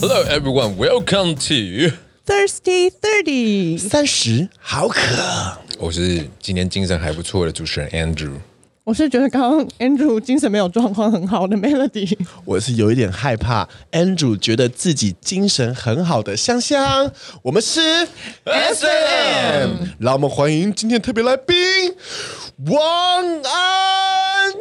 Hello everyone, welcome to。 Thirsty Thirty，三十，好渴。我是今天精神还不错的主持人 Andrew。我是觉得刚刚 Andrew 精神没有状况很好的 Melody，我是有一点害怕，Andrew 觉得自己精神很好的香香。我们是 SM 让我们欢迎今天特别来宾王安。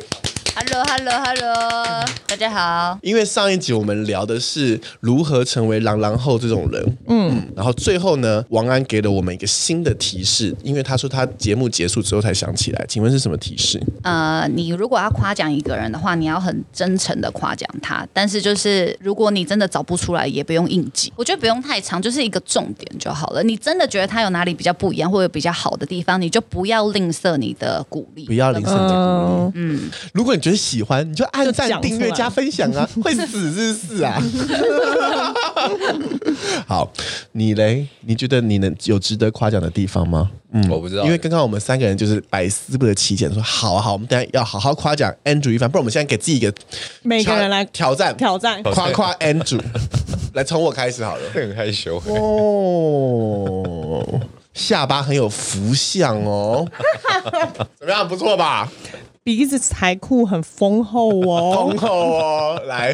h e l l o h e l l o h e l l o 大家好。因为上一集我们聊的是如何成为狼狼后这种人，嗯，然后最后呢，王安给了我们一个新的提示，因为他说他节目结束之后才想起来，请问是什么提示？呃，你如果要夸奖一个人的话，你要很真诚的夸奖他。但是就是，如果你真的找不出来，也不用硬记。我觉得不用太长，就是一个重点就好了。你真的觉得他有哪里比较不一样，或者比较好的地方，你就不要吝啬你的鼓励。不要零散点。嗯，如果你觉得喜欢，你就按就赞、讲出来订阅、加分享啊！会死是不是 啊？好，你嘞？你觉得你能有值得夸奖的地方吗？嗯，我不知道因为刚刚我们三个人就是百思不得其解，说好啊好，我们等一下要好好夸奖 Andrew 一番，不然我们现在给自己一个每个人来挑战，挑战夸夸 Andrew。来，从我开始好了。很害羞、哦，下巴很有福相 哦，怎么样？不错吧？鼻子财库很丰厚哦，红口哦，来，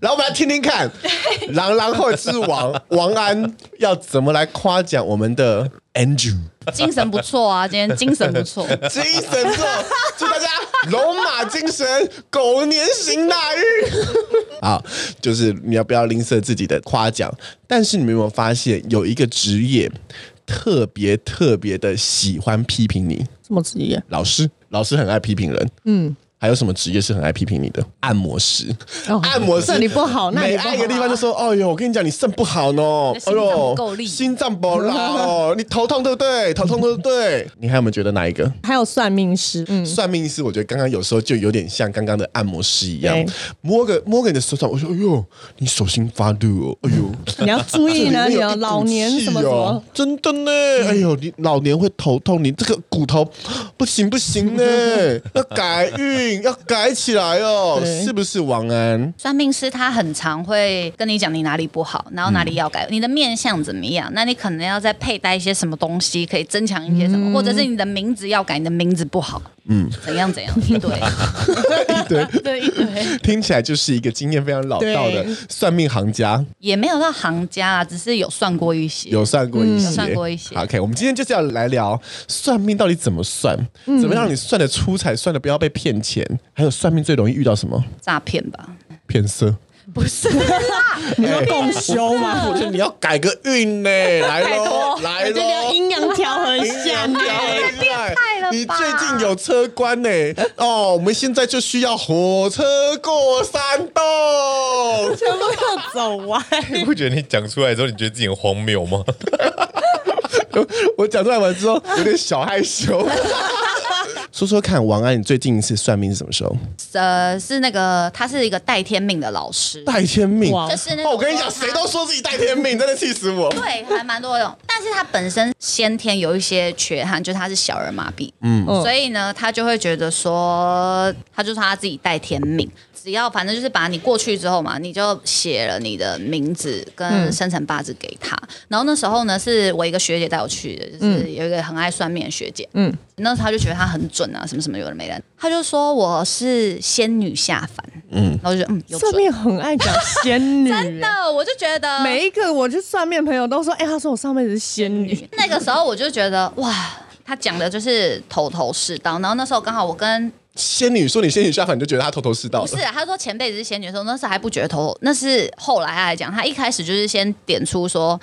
然后我们来听听看，狼狼后之王王安要怎么来夸奖我们的 Andrew，精神不错啊，今天精神不错。精神座，祝大家龙马精神，狗年行大运。 好，就是你要不要吝啬自己的夸奖？但是你们有没有发现，有一个职业特别特别的喜欢批评你？什么职业？老师，老师很爱批评人。嗯。还有什么职业是很爱批评你的？按摩师，哦按摩师这里不好那里每不好按一个地方就说：“哎呦，我跟你讲，你肾不好呢，哎心脏呦不，够力心脏不好哦， 你头痛对不对？头痛对嗯不对？”你还有没有觉得哪一个？还有算命师，嗯，算命师，我觉得刚刚有时候就有点像刚刚的按摩师一样对，摸个摸个你的手掌，我说：“哎呦，你手心发热哦，哎呦。”你要注意呢，这你里面哎有一的股老年气什么什嗯哦么，真的呢？哎呦，你老年会头痛，你这个骨头不行不行呢， 要改运，要改起来哦，对是不是 王安？算命师他很常会跟你讲你哪里不好，然后哪里要嗯改，你的面相怎么样，那你可能要再佩戴一些什么东西，可以增强一些什嗯么，或者是你的名字要改，你的名字不好，嗯，怎样怎样一 堆，一堆对一堆，听起来就是一个经验非常老道的对算命行家，也没有到行家啊，只是有算过一些，有算过嗯一些，有算过一些 OK，我们今天就是要来聊算命到底怎么算，嗯怎么让你算得出彩，算得不要被骗钱，还有算命最容易遇到什么？诈骗吧，骗色。不是，你说共修吗？我觉得你要改个 运呢，来喽，来我觉得你要喽。阴哎阳调和一下呢。太态了吧你最近有车关呢、哦，我们现在就需要火车过山洞。全部要走歪，你不觉得你讲出来之后，你觉得自己很荒谬吗？我讲出来完之后，有点小害 羞。说说看，王安，你最近一次算命是什么时候？呃，是那个他是一个带天命的老师，带天命。哇哦，就是那种我跟你讲，他谁都说自己带天命，真的气死我。对，还蛮多种，但是他本身先天有一些缺憾，就是他是小儿麻痹，嗯，哦所以呢，他就会觉得说，他就说他自己带天命，只要反正就是把你过去之后嘛，你就写了你的名字嗯跟生辰八字给他。然后那时候呢，是我一个学姐带我去的，就是嗯有一个很爱算命的学姐，嗯，那时候他就觉得他很准啊，什么什么有的没的，他就说我是仙女下凡，嗯，然后我就觉得嗯有算准。命很爱讲仙女，真的，我就觉得每一个我去算命的朋友都说，哎，他说我上辈子是仙女，那个时候我就觉得哇，他讲的就是头头是道。然后那时候刚好我跟仙女说你仙女下凡，你就觉得她头头是道不了是、。啊、他说前辈子是仙女的时候，那时候还不觉得头头，那是后来他来讲，他一开始就是先点出说，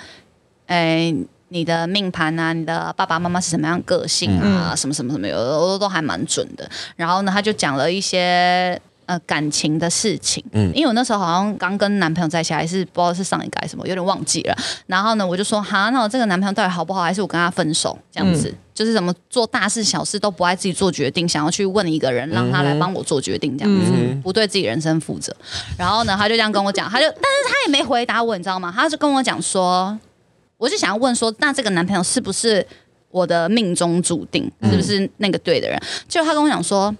哎、你的命盘啊，你的爸爸妈妈是什么样的个性啊，什么什么什么，有的都都还蛮准的。然后呢，他就讲了一些呃感情的事情，嗯，因为我那时候好像刚跟男朋友在一起，还是不知道是上一个还是什么，有点忘记了。然后呢，我就说哈，那我这个男朋友到底好不好？还是我跟他分手这样子？就是什么做大事小事都不爱自己做决定，想要去问一个人，让他来帮我做决定，这样子、不对自己人生负责。然后呢，他就这样跟我讲，他就，但是他也没回答我，你知道吗？他就跟我讲说，我就想要问说，那这个男朋友是不是我的命中注定？嗯是不是那个对的人？就他跟我讲说，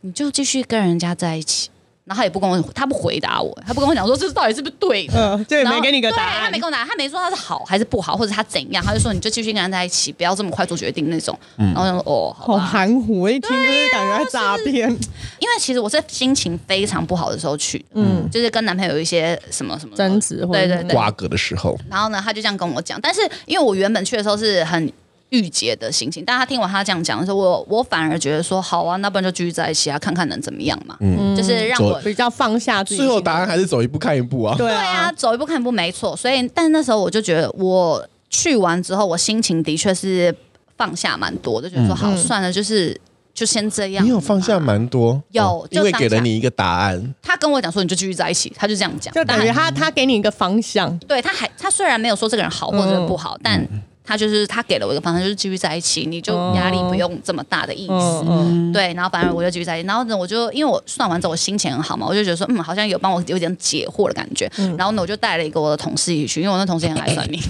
你就继续跟人家在一起。然后他也不跟我，他不回答我，他不跟我讲说这到底是不是对的，嗯，这也然后没给你个答对他案没。跟我答案，他没说他是好还是不好，或者他怎样，他就说你就继续跟他在一起，不要这么快做决定那种。嗯然后我想说哦，好好吧。含糊，一听就是感觉在诈骗。因为其实我是心情非常不好的时候去，嗯嗯，就是跟男朋友有一些什么什么争执或者对对对。瓜葛的时候，然后呢，他就这样跟我讲，但是因为我原本去的时候是很郁结的心情，但他听完他这样讲的时候，我我反而觉得说好啊，那不然就继续在一起啊，看看能怎么样嘛，嗯，就是让我。 比较放下自己。最后答案还是走一步看一步啊。对对啊，，走一步看一步，没错。所以，但那时候我就觉得，我去完之后，我心情的确是放下蛮多的，就觉得说、好，算了，就是就先这样。嗯你有放下？蛮多，有哦就因为当给了下你一个答案，他跟我讲说，你就继续在一起，他就这样讲，就等但于他他给你一个方向，对他还他虽然没有说这个人好或者不好，但他就是他给了我一个方向，就是继续在一起，你就压力不用这么大的意思。嗯嗯，对，然后反正我就继续在一起，然后呢，我就因为我算完之后我心情很好嘛，我就觉得说，嗯，好像有帮我有点解惑的感觉。然后呢，我就带了一个我的同事一起去，因为我那同事也很爱算命。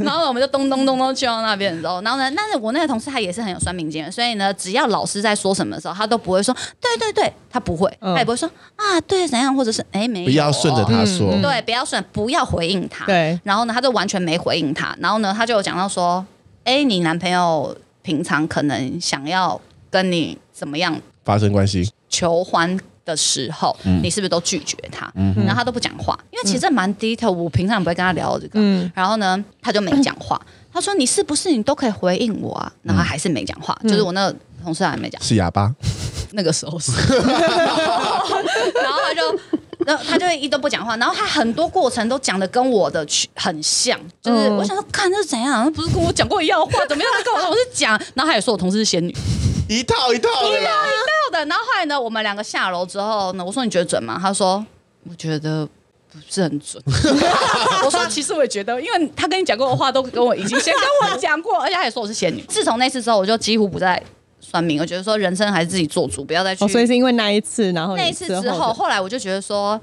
然后呢，我们就咚咚咚咚去到那边之后，然后呢，但是我那个同事他也是很有算命经验，所以呢，只要老师在说什么的时候，他都不会说对对对，他不会，嗯他也不会说啊对怎样，或者是哎没有哦，不要顺着他说。对，不要顺，不要回应他。嗯对然后呢，他就完全没回应他。然后呢，他就有讲到说，哎，你男朋友平常可能想要跟你怎么样发生关系，求欢的时候，你是不是都拒绝他？然后他都不讲话，因为其实蛮 detail，我平常也不会跟他聊这个。嗯然后呢，他就没讲话。他说：“你是不是你都可以回应我啊？”然后他还是没讲话，就是我那个同事还没讲。是哑巴，那个时候是， 然后他就。然后他就一都不讲话，然后他很多过程都讲的跟我的去很像，就是嗯我想说，看这是怎样，不是跟我讲过一样的话，怎么样在跟我同事讲？然后他也说我同事是仙女，一套一套的啦。到的。然后后来呢，我们两个下楼之后呢，我说你觉得准吗？他说我觉得不是很准。 我说其实我也觉得，因为他跟你讲过的话都跟我已经先跟我讲过，而且他也说我是仙女。自从那次之后，我就几乎不再算命，我觉得说人生还是自己做主，不要再去。哦，所以是因为那一次，然后你那一次之之后，后后来我就觉得说，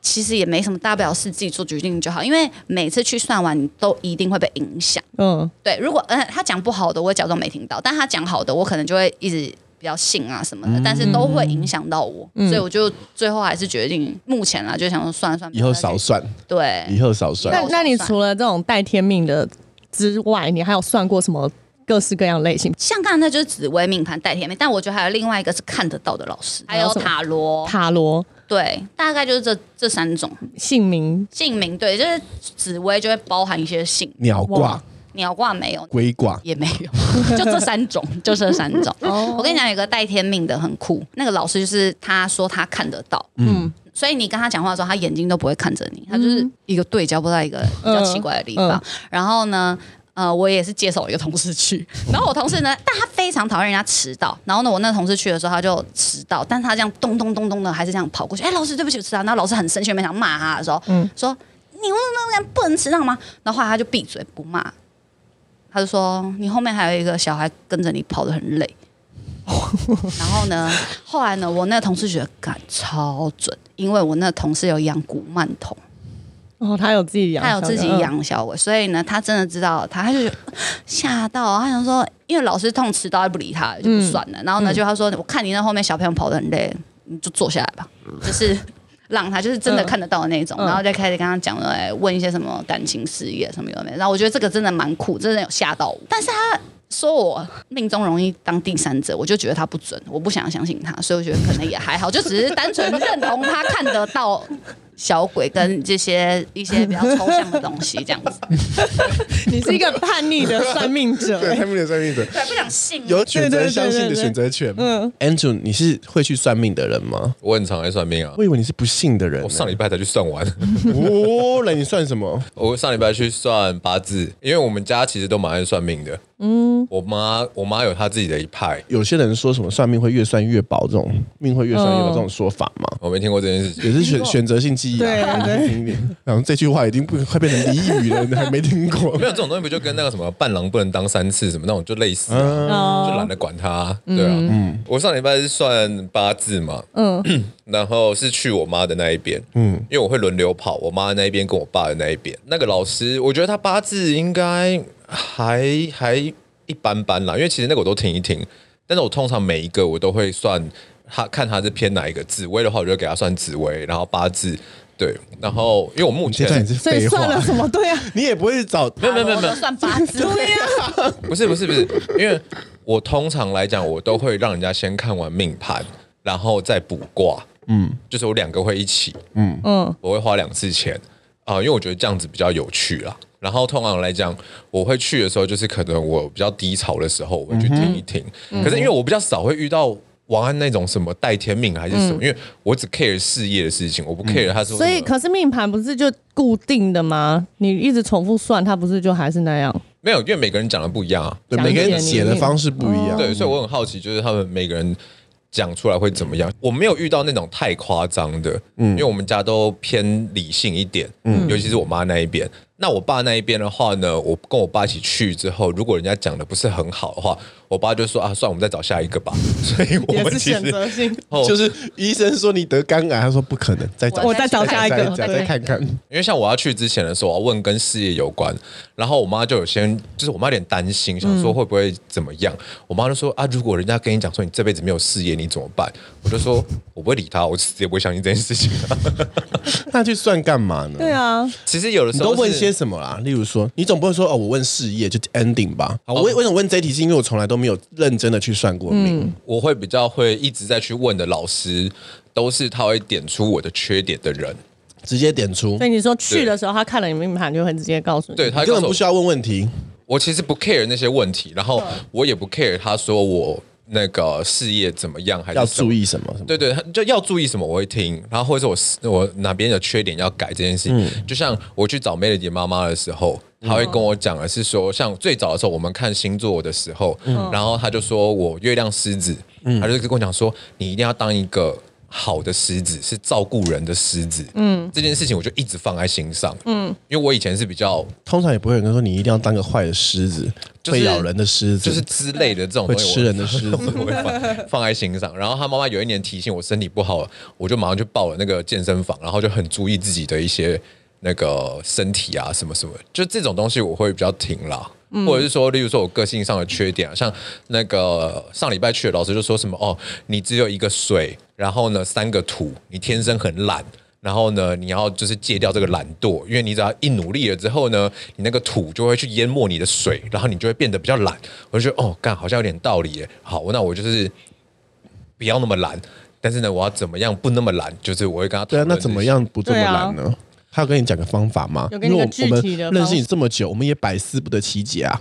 其实也没什么大不了，是自己做决定就好。因为每次去算完，你都一定会被影响。的，嗯，对，如果嗯、呃他讲不好的，我会假装没听到；但他讲好的，我可能就会一直比较信啊什么的，但是都会影响到我，所以我就最后还是决定，目前啊就想说算了算了，以后不要再少嗯算，对以后少对那算。我那你算除了这种带天命的之外，你还有算过什么各式各样类型？像刚才那就是紫薇命盘带天命，但我觉得还有另外一个是看得到的老师，还还有有什么塔罗，塔罗、对，大概就是这这三种姓名、姓名，对，就是紫薇就会包含一些姓，鸟卦哇、鸟卦没有，龟卦，啊也没有， 就这 三种，就这三种。哦我跟你讲，有一个带天命的很酷，那个老师就是他说他看得到，嗯嗯，所以你跟他讲话的时候，他眼睛都不会看着你，他就是一个对焦不到一个比较奇怪的地方。嗯然后呢？呃，我也是介绍我一个同事去，然后我同事呢，但他非常讨厌人家迟到。然后呢，我那个同事去的时候，他就迟到，但他这样咚咚咚咚的，还是这样跑过去。哎，老师，对不起，我迟到。然后老师很生气，没想骂他的时候，说你为什么不能迟到吗？然后后来他就闭嘴不骂，他就说你后面还有一个小孩跟着你跑得很累。然后呢，后来呢，我那个同事觉得感超准，因为我那个同事有养古曼童，哦，他有自己养，他有自己嗯，养小鬼，所以呢，他真的知道他，他就觉 得吓到，他想说，因为老师痛迟到就不理他就不算了。然后呢，就他说，我看你那后面小朋友跑得很累，你就坐下来吧，就是。让他就是真的看得到的那种，嗯嗯然后再开始跟他讲了，哎问一些什么感情、事业什么有没有？然后我觉得这个真的蛮酷，真的有吓到我。但是他说我命中容易当第三者，我就觉得他不准，我不想相信他，所以我觉得可能也还好，就只是单纯认同他看得到小鬼跟这些一些比较抽象的东西这样子， 你是一个叛逆的算命 对，者，他们的算命者对，不想信有选择相信对对对对的对选择权。嗯嗯，Andrew，你是会去算命的人吗？ 我很常来算命啊我，以为你是不信的人呢。我上礼拜才去算完，哦，那你算什么？我上礼拜去算八字，因为我们家其实都蛮爱算命的。嗯，我妈我妈有她自己的一派， 有些人说什么算命会越算越薄，这种命会越算越薄嗯这种说法嘛，我没听过这件事情。也是选选择性记忆啊。对对对， 然后这句话已经不快变成俚语了，你还没 听 过没？有这种东西，不就跟那个什么伴郎不能当三次什么那种就类似、啊，嗯就懒得管他、哦对啊，我上礼拜是算八字嘛，嗯，然后是去我妈的那一边，嗯，因为我会轮流跑，我妈的那一边跟我爸的那一边。那个老师，我觉得他八字应该还还一般般啦，因为其实那个我都听一听。但是我通常每一个我都会算他看他是偏哪一个紫薇的话，我就给他算紫薇，然后八字对，然后因为我目现前在你是所以废话算，了什么？对 啊，你也不会找 没有没有没有我没都有，算八字， 不是不是不是，因为我通常来讲，我都会让人家先看完命盘，然后再卜卦。嗯，就是我两个会一起，嗯，我会花两次钱啊、因为我觉得这样子比较有趣啦。然后通常来讲，我会去的时候就是可能我比较低潮的时候，我会去听一听。可是因为我比较少会遇到王安那种什么带天命还是什么，因为我只 care 事业的事情，我不 care 他说所什以么可是命盘不是就固定的吗？你一直重复算，它不是就还是那样？没有，因为每个人讲的不一样啊。对讲每个人解写的你方式不一样，对，所以我很好奇，就是他们每个人讲出来会怎么样？我没有遇到那种太夸张的，嗯因为我们家都偏理性一点，尤其是我妈那一边。那我爸那一边的话呢，我跟我爸一起去之后，如果人家讲的不是很好的话，我爸就说啊，算了我们再找下一个吧。 所以我也们是其选实择性。哦就是医生说你得肝癌，他说不可能，再找我再找下一再个找再再看看。因为像我要去之前的时候，我要问跟事业有关，然后我妈就有先，就是我妈有点担心，想嗯说会不会怎么样。我妈就说啊，如果人家跟你讲说你这辈子没有事业，你怎么办？我就说啊我不会理她，我死也不会相信这件事情、 啊。那去算干嘛呢？对啊，其实有的你时都候问是些什么啦？例如说，你总不会说哦，我问事业就 ending 吧？好，我为为什么问这一题？是因为我从来都没有认真的去算过命。我会比较会一直在去问的老师，都是他会点出我的缺点的人，直接点出所，以你说去的时候，他看了你命盘就会直接告诉你。对他你就根本不需要问问题。我其实不 care 那些问题，然后啊我也不 care 他说我那个事业怎么样，还是要什么注意什么？什么对对，就要注意什么，我会听，然后或者是我我哪边有缺点要改这件事嗯情。就像我去找 Melody 妈妈的时候，她会跟我讲的是说，像最早的时候我们看星座的时候，嗯然后她就说我月亮狮子，她就跟我讲说，你一定要当一个。好的狮子是照顾人的狮子，嗯，这件事情我就一直放在心上，嗯，因为我以前是比较通常也不会有人说你一定要当个坏的狮子，就是会咬人的狮子，就是之类的这种会东西，吃人的狮子。我会 放放在心上。然后他妈妈有一年提醒我身体不好，我就马上去报了那个健身房，然后就很注意自己的一些那个身体啊什么什么，就这种东西我会比较挺啦。嗯或者是说，例如说我个性上的缺点啊，像那个上礼拜去的老师就说什么哦，你只有一个水，然后呢三个土，你天生很懒，然后呢你要就是戒掉这个懒惰，因为你只要一努力了之后呢，你那个土就会去淹没你的水，然后你就会变得比较懒。我就觉得哦，干好像有点道理耶。好，那我就是不要那么懒，但是呢，我要怎么样不那么懒？就是我会跟他讨对啊论，那怎么？样不这么懒呢？他有跟你讲个方法吗？啊有因跟为你我一个们具体的我们认识方你这么久，我们也百思不得其解啊。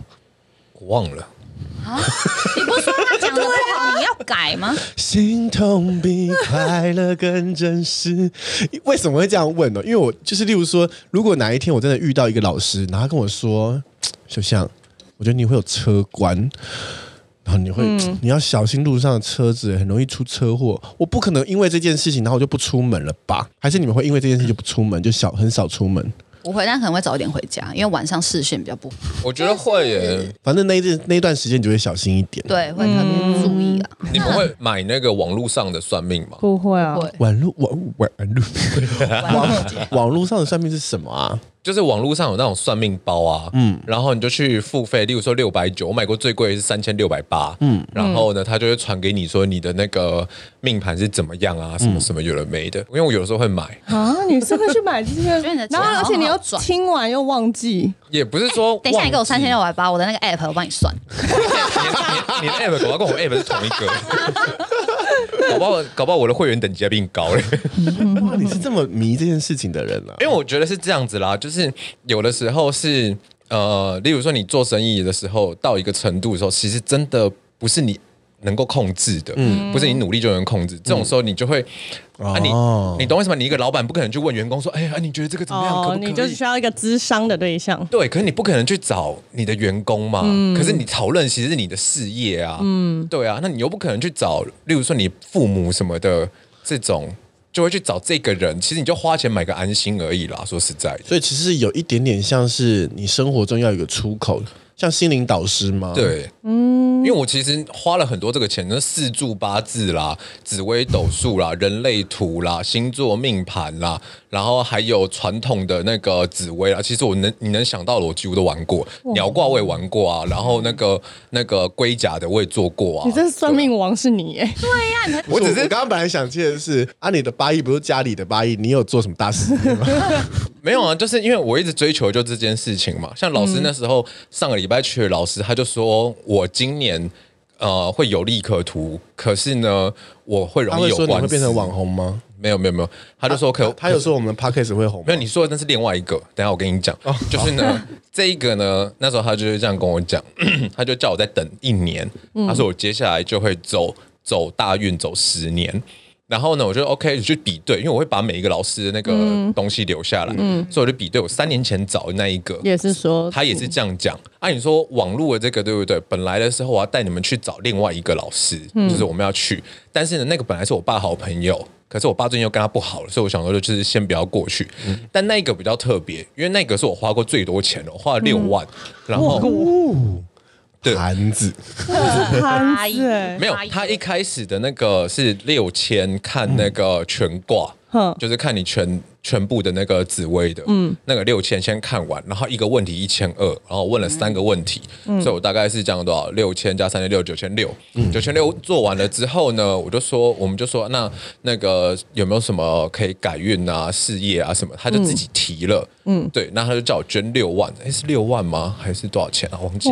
我忘了。你不是说他讲的不好，你要改吗？心痛比快乐更真实。 为什么会这样问呢？因为我就是，例如说，如果哪一天我真的遇到一个老师，然后他跟我说，就像我觉得你会有车关，然后你会、你要小心路上的车子，很容易出车祸。我不可能因为这件事情，然后我就不出门了吧？还是你们会因为这件事情就不出门，就小很少出门？我回家可能会早一点回家，因为晚上视线比较不好，我觉得会耶。反正那一阵那一段时间你就会小心一点。对，会特嗯别注意啊。你们会买那个网络上的算命吗？不会啊，会网络网网络晚上网络上的算命是什么啊？就是网络上有那种算命包啊，嗯，然后你就去付费，例如说六百九，我买过最贵的是三千六百八，嗯，然后呢，他就会传给你说你的那个命盘是怎么样啊，什么什么有的没的，因为我有的时候会买，啊，你是会去买这 些得你的，钱然后而且你又好好赚听完又忘记，也不是说、 等一下，你给我忘三记千六百八，我的那个 app 我帮你算。你的 app 搞不好跟我 app 是同一个， 搞不好搞不好我的会员等级还比你高嘞。哇，你是这么迷这件事情的人啊？因为我觉得是这样子啦，就是有的时候是呃，例如说你做生意的时候，到一个程度的时候，其实真的不是你。能够控制的，不是你努力就能控制。这种时候你就会，啊你，哦你懂我意思吗？你一个老板不可能去问员工说，哎呀，啊你觉得这 个怎么样？可不可以？哦哦你就需要一个智商的对象。对，可是你不可能去找你的员工嘛。嗯可是你讨论其实是你的事业啊，对啊，那你又不可能去找，例如说你父母什么的这种，就会去找这个人。其实你就花钱买个安心而已啦。说实在的，所以其实有一点点像是你生活中要有一个出口，像心灵导师吗？，对，嗯因为我其实花了很多这个钱，那四柱八字啦、紫微斗数啦、人类图啦、星座命盘啦，然后还有传统的那个紫微啦，其实我能你能想到的我几乎都玩过，鸟卦我也玩过啊，然后那个那个龟甲的我也做过啊。你这算命王是你耶，我只是我刚刚本来想借的是，啊，你的八亿不是家里的八亿，你有做什么大事业吗？没有啊，就是因为我一直追求就这件事情嘛。像老嗯师那时候、上个礼拜去，老师他就说我今年呃会有利可图，可是呢我会他容易会有说你官会司。变成网红吗？没有没有没有，他就说可他有说我们 podcast 会红吗没有，哦你说的那是另外一个。等一下我跟你讲，就是呢， 这一个呢，那时候他就是这样跟我讲， 他就叫我再等一年，他说我接下来就会走走大运走十年。然后呢，我就 OK，你去比对，因为我会把每一个老师的那个东西留下来，所以我就比对我三年前找的那一个，也是说他也是这样讲。按、啊、你说网络的这个对不对？本来的时候我要带你们去找另外一个老师，就是我们要去，但是呢，那个本来是我爸好朋友。可是我爸最近又跟他不好了，所以我想说就是先不要过去。但那个比较特别，因为那个是我花过最多钱的，我花了六万。然后对盘子阿盘姨子耶，没有阿，姨他一开始的那个是六千，看那个全挂，哼就是看你全全部的那个紫薇的，嗯，那个六千先看完，然后一个问题一千二，然后问了三个问题，所以我大概是讲多少六千加三千六九千六，九千六做完了之后呢，我就说我们就说那那个有没有什么可以改运啊、事业啊什么，他就自己提了，嗯，对，那他就叫我捐六万，诶，是六万吗？还是多少钱啊？忘记，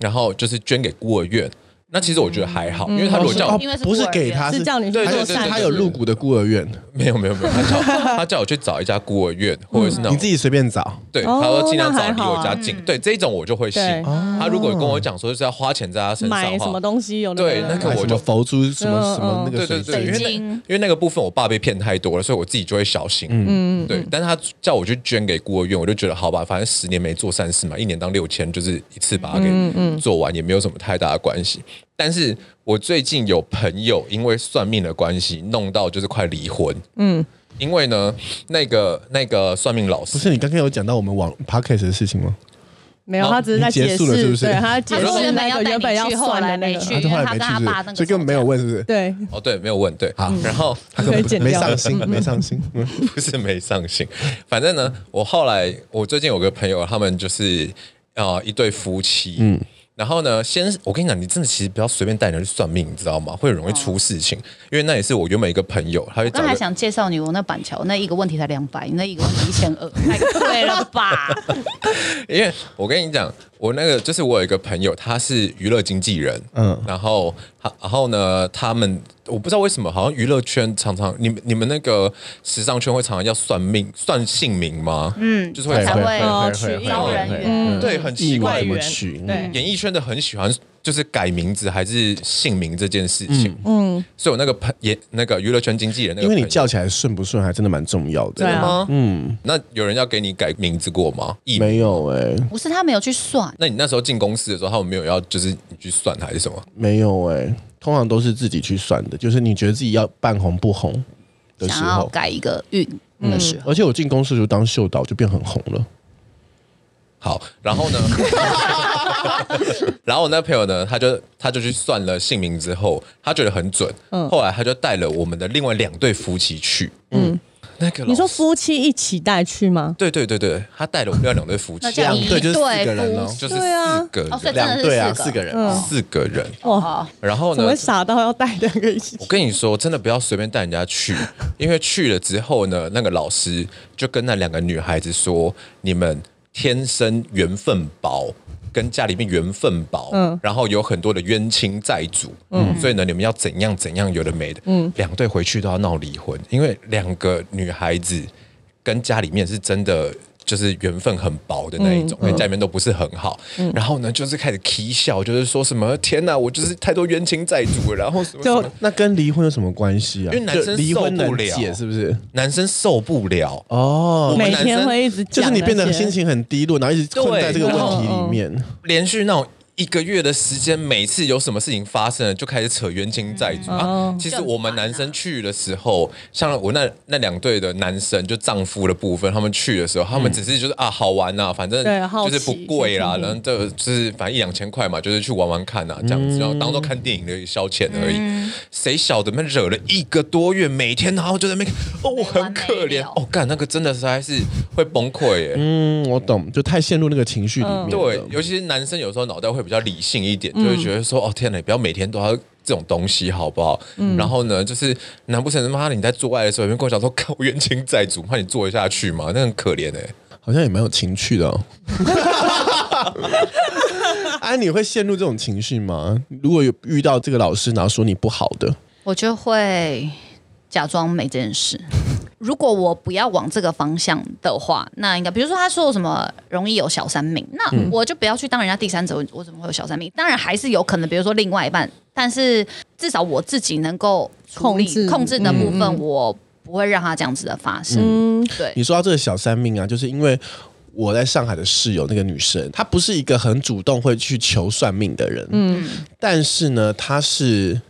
然后就是捐给孤儿院。那其实我觉得还好，因为他如果叫我哦因为是不是孤儿给院他是叫你去对对做对善他事有入股的孤儿院，没有没有没有，他 叫我他叫我去找一家孤儿院，或者是那你种自己随便找。对，哦他说尽量那找还离好我啊家近，对这一种我就会信对。他如果跟我讲说就是要花钱在他身上买的什么话，东西有那对那个个买我什就么佛珠什么什么那个对对水对，因为晶，那水晶因为那个部分我爸被骗太多了，所以我自己就会小心。嗯，对。但是他叫我去捐给孤儿院，我就觉得好吧，反正十年没做善事嘛，一年当六千，就是一次把它嗯给做完，也没有什么太大的关系。但是我最近有朋友因为算命的关系，弄到就是快离婚。嗯，因为呢，那个那个算命老不师，是你刚刚有讲到我们网 podcast 的事情吗？没有，他只是在你解结束了是不释，是对，他在他解说释原本那要个带原本要你去，后算的来那没个，去，啊，就因后为来他没去跟他是不爸是那，个所以根本没有问，是不是？对，哦，对，没有问，对，好然 后他可以剪没掉上心，没上心。嗯 不是没上心，反正呢，我后来我最近有个朋友，他们就是啊、呃一对夫妻，嗯，然后呢，先我跟你讲，你真的其实不要随便带人去算命，你知道吗？会很容易出事情，因为那也是我原本一个朋友，他就找刚才个想介绍你，我那板桥那一个问题才两百，你那一个问题一千二，太贵了吧？因为我跟你讲，我那个就是我有一个朋友，他是娱乐经纪人，嗯嗯，然后他，然后呢，他们我不知道为什么，好像娱乐圈常常你们你们那个时尚圈会常常要算命算姓名吗？嗯，就是会会找会哦会取会招会人会缘对，很奇意怪外怎么缘取？嗯对，演艺圈的很喜欢就是改名字还是姓名这件事情，嗯，所以我那个朋也那个娱乐圈经纪人那个因朋为友，你叫起来顺不顺还真的蛮重要对的。啊吗？嗯，那有人要给你改名字过吗？艺名？没有哎、 不是他没有去算，那你那时候进公司的时候，他们没有要就是你去算还是什么？没有哎、通常都是自己去算的，就是你觉得自己要半红不红的时想要候。嗯改一个运的时候，而且我进公司就当秀导，就变很红了。好，然后 呢？然后我那朋友呢，他就他就去算了姓名之后，他觉得很准，后来他就带了我们的另外两对夫妻去，嗯，那个老你说师夫妻一起带去吗？对对对对，他带了我们另外两对夫妻那，这样一对就是四个人对哦夫就是对啊四个人，哦，所以真的对啊，是四四个个。人，四个人。哦，然后嗯怎呢么，会傻到要带两个一 起我？跟你说，真的不要随便带人家去，因为去了之后呢，那个老师就跟那两个女孩子说：“你们天生缘分薄。”跟家里面缘分薄，嗯，然后有很多的冤亲债主，嗯，所以呢，你们要怎样怎样，有的没的，嗯，两队回去都要闹离婚，因为两个女孩子跟家里面是真的就是缘分很薄的那一种，跟家里面都不是很好。然后呢，就是开始啼笑，就是说什么天哪，我就是太多冤亲债主了，然后什么什就么，那跟离婚有什么关系啊？因为男生就离婚受不能了解是不是？男生受不了。哦，我们每男天生会一直就是讲你变那得些心情很低落，然后一直困在这个问题里面。连续那种一个月的时间，每次有什么事情发生了，就开始扯冤亲债主、啊哦。其实就很我们烦啊男生去的时候，像我那那两队的男生，就丈夫的部分，他们去的时候，他们只是就是啊好玩呐、反正对好就是不奇贵啦，嗯然后就就是反正一两千块嘛，就是去玩玩看呐、啊这样子，然后当做看电影的消遣而已。谁晓得们惹了一个多月，每天然后就在那边哦，我很可没完没怜了哦，干那个真的实在是会崩溃耶、嗯，我懂，就太陷入那个情绪里嗯面了。对，尤其是男生有时候脑袋会比较理性一点，就会觉得说：“哦天哪，你不要每天都要这种东西，好不好？”然后呢，就是难不成他妈你在做爱的时候，有人跟我讲说：“看我冤亲债主，怕你做得下去吗？”那很可怜哎、好像也蛮有情趣的哦。 哎、你会陷入这种情绪吗？如果有遇到这个老师，然后说你不好的，我就会假装没这件事。 如果我不要往这个方向的话，那应该比如说他说我什么容易有小三命，那嗯我就不要去当人家第三者，我我怎么会有小三命？当然还是有可能，比如说另外一半，但是至少我自己能够处理控制控制的部分，嗯我不会让他这样子的发生。嗯对，你说到这个小三命啊，就是因为我在上海的室友那个女生，她不是一个很主动会去求算命的人，嗯，但是呢，她是。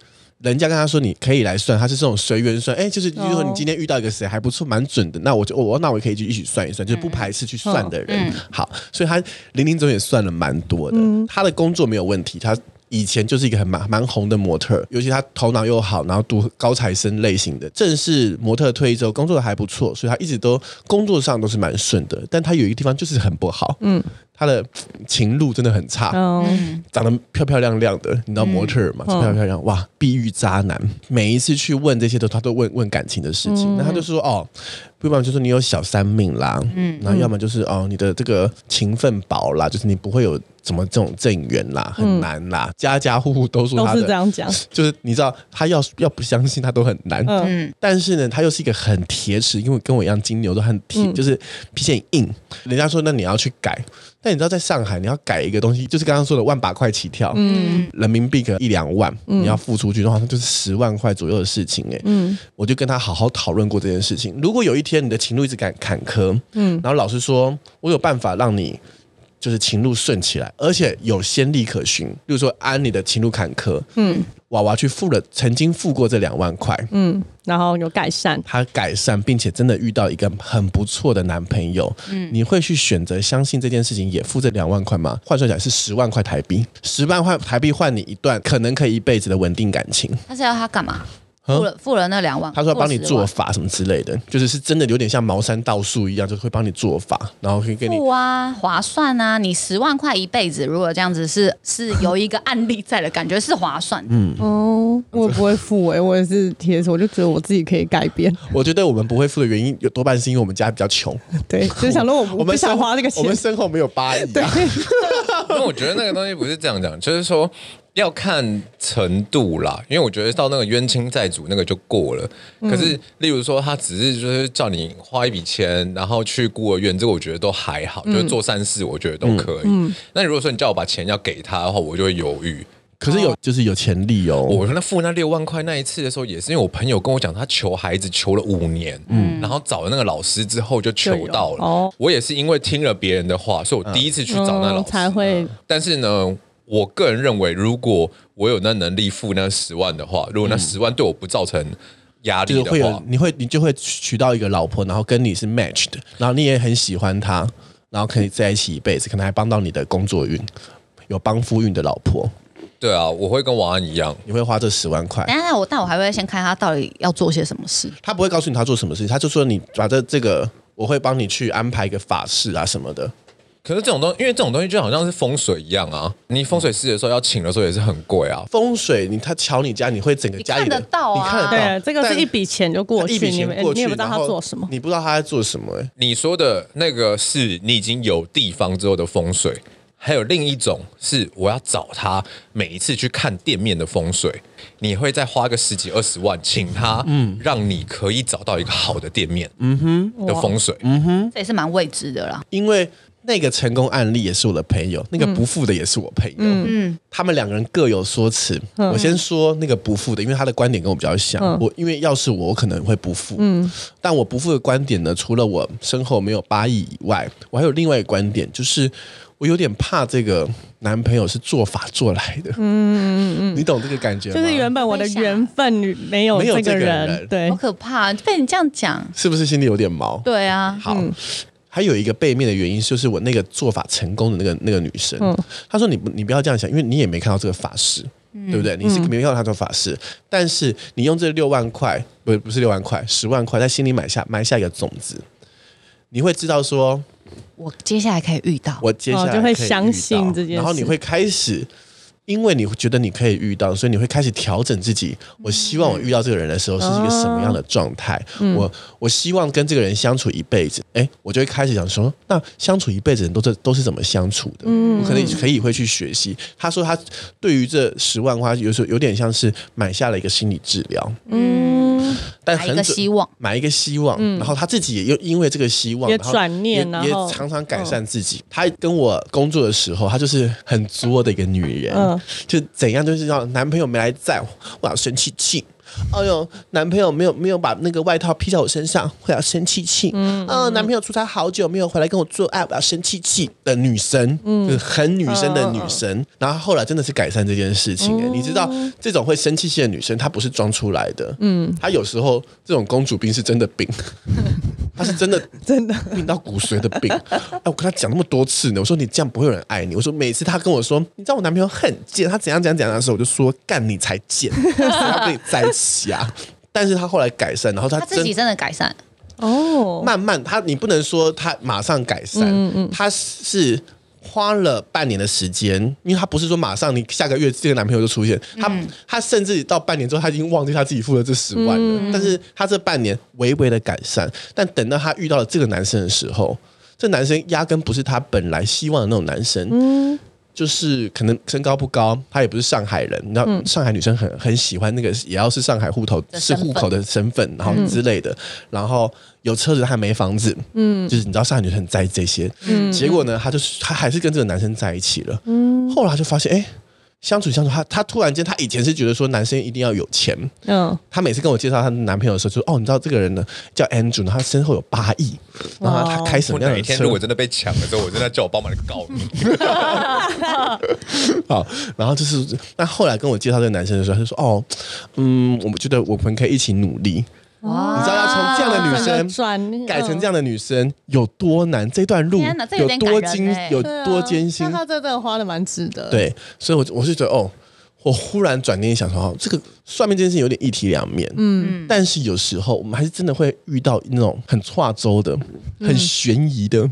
人家跟她说你可以来算，她是这种随缘算，哎、就是就是说哦你今天遇到一个谁还不错，蛮准的，那我就哦我、那我也可以去一起算一算，就是不排斥去算的人。好，所以她零零总也算了蛮多的，她的工作没有问题，她以前就是一个很蛮蛮红的模特，尤其她头脑又好，然后读高材生类型的。正式模特退役之后，工作的还不错，所以她一直都工作上都是蛮顺的。但她有一个地方就是很不好，嗯，她的情路真的很差。嗯，长得漂漂亮亮的，你知道模特儿嘛？哦漂漂亮亮，哇，地狱渣男。每一次去问这些都，他都问问感情的事嗯情，那他就说哦，不然就说你有小三命啦，嗯，然后要么就是哦，你的这个情分薄啦，就是你不会有怎么这种正缘啦，很难啦，家家户户都说嗯都他是这的。样讲， 就是你知道，他要要不相信他都很难。嗯但是呢，他又是一个很铁齿，因为跟我一样金牛都很铁，嗯就是脾气很硬。人家说那你要去改，但你知道在上海你要改一个东西，就是刚刚说的万把块起跳，嗯，人民币可能一两万，你要付出去的话，那就是十万块左右的事情、哎，嗯，我就跟他好好讨论过这件事情。如果有一天你的情路一直坎坎坷，嗯，然后老师说我有办法让你。就是情路顺起来，而且有先例可循。例如说，安你的情路坎坷，嗯，娃娃去付了，曾经付过这两万块，嗯，然后有改善，他改善，并且真的遇到一个很不错的男朋友，嗯你会去选择相信这件事情，也付这两万块吗？换算起来是十万块台币，十万块台币换你一段可能可以一辈子的稳定感情。他是要他干嘛？付了付了那两万，嗯他说要帮你付了做10万法什么之类哦的，就是是真的有点像茅山道术一样，就是会帮你做法，然后会给你哦付啊，划算啊！你十万块一辈子，如果这样子是是有一个案例在的感觉是划算的。嗯哦，我也不会付哎、我也是贴手，我就觉得我自己可以改 变，我觉得我们不会付的原因，有多半是因为我们家比较穷，对，就是想 说我不我不们想身花这个钱我，们身后没有八 亿、啊，对，因为我觉得那个东西不是这样讲，就是说要看程度啦。因为我觉得到那个冤亲债主那个就过了。可是，例如说他只是就是叫你花一笔钱，然后去孤儿院，这个我觉得都还好，就是做善事，我觉得都可以。那如果说你叫我把钱要给他的话，我就会犹豫。可是有就是有潜力哦，我那付那六万块那一次的时候，也是因为我朋友跟我讲，他求孩子求了五年，嗯，然后找了那个老师之后就求到就有了。哦我也是因为听了别人的话，嗯所以我第一次去找啊那老师、嗯才会。但是呢，我个人认为，如果我有那能力付那十万的话，如果那十万对我不造成压嗯就力是会的话有，，你会你就会娶到一个老婆，然后跟你是 match 的，然后你也很喜欢她，然后可以在一起一辈子，可能还帮到你的工作运，有帮夫运的老婆，对啊，我会跟王安一样。你会花这十万块。但我但我还会先看他到底要做些什么事。他不会告诉你他做什么事情，他就说你把这这个，我会帮你去安排一个法事啊什么的。可是这种东因为这种东西就好像是风水一样啊，你风水师的时候要请的时候也是很贵啊。风水，你他瞧你家，你会整个家里的你看得到啊你看得到对，这个是一笔钱就过但一去，笔你钱们过去，你也不知道他然后做什么，你不知道他在做什么、欸你说的那个是你已经有地方之后的风水，还有另一种是我要找他每一次去看店面的风水，你会再花个十几二十万，请他，嗯，让你可以找到一个好的店面，嗯哼的风水，嗯这也是蛮未知的啦。因为那个成功案例也是我的朋友，那个不富的也是我朋友，嗯，他们两个人各有说辞。我先说那个不富的，因为他的观点跟我比较像，我因为要是我，我可能会不富，嗯，但我不富的观点呢，除了我身后没有八亿以外，我还有另外一个观点，就是我有点怕这个男朋友是做法做来的。嗯嗯嗯，你懂这个感觉吗？就是原本我的缘分没有没有这这个个人，人对好，可怕！被你这样讲，是不是心里有点毛？对啊，好，还有一个背面的原因就是我那个做法成功的那个那个女生，她说你不你不要这样想，因为你也没看到这个法师，对不对？你是没看到她做法师，但是你用这六万块，不不是六万块，十万块在心里埋下埋下一个种子，你会知道说，我接下来可以遇到，我接下来哦就会可以遇相信到这件事然后你会开始。因为你觉得你可以遇到，所以你会开始调整自己。我希望我遇到这个人的时候是一个什么样的状态？嗯我我希望跟这个人相处一辈子。哎，我就会开始想说，那相处一辈子的人都是都是怎么相处的？嗯我可能可以会去学习。他说他对于这十万花，有时候有点像是买下了一个心理治疗，嗯，但来很一个准啊希望，买一个希望，然后他自己也又因为这个希望，也然后转念也然也后嗯常常改善自己。她跟我工作的时候，她就是很作的一个女人，嗯就怎样就是让男朋友没来在，我要生气气。哎呦，男朋友没有没有把那个外套披在我身上，我要生气气。嗯，男朋友出差好久没有回来跟我做爱，我要生气气的女生，嗯，就是很女生嗯的女生。然后后来真的是改善这件事情、欸，你知道嗯这种会生气气的女生，她不是装出来的，嗯，她有时候这种公主病是真的病。她是 真的真的病到骨髓的病。哎，我跟她讲那么多次呢，我说你这样不会有人爱你。我说每次她跟我说，你知道我男朋友很贱，他怎样怎样怎样的时候，我就说干你才贱，谁要跟你在一起啊？但是她后来改善，然后她他自真己真的改善，哦，慢慢，她你不能说她马上改善，她是。花了半年的时间，因为她不是说马上你下个月这个男朋友就出现，她她甚至到半年之后，她已经忘记她自己付了这十万了。但是她这半年微微的改善，但等到她遇到了这个男生的时候，这男生压根不是她本来希望的那种男生，就是可能身高不高，她也不是上海人，你知道上海女生很很喜欢那个，也要是上海户头的是身份户口的身份，然后之类的，然后有车子还没房子，嗯，就是你知道上海女生很在意这些，结果呢，她就是她还是跟这个男生在一起了，嗯，后来她就发现哎。相处相处，她她突然间，她以前是觉得说男生一定要有钱，嗯，她每次跟我介绍她男朋友的时候，就说哦，你知道这个人呢叫 Andrew，然后他身后有八亿，然后他哇他开什我么样哪的一天车？如果真的被抢了之后，我真的叫我爸妈来告你。 好，哦然后就是那后来跟我介绍这个男生的时候，他就说哦，嗯，我们觉得我们可以一起努力。哇你知道要从这样的女整个生转改成样。这样的女生有多难？这段路嗯天哪这有有点多感人艰欸有对啊多艰辛那？他这真的花的蛮值得。，对，所以我就我是觉得哦，我忽然转念一想说，哦，这个算命这件事情有点一体两面，嗯，但是有时候我们还是真的会遇到那种很跨州的、嗯很悬疑的、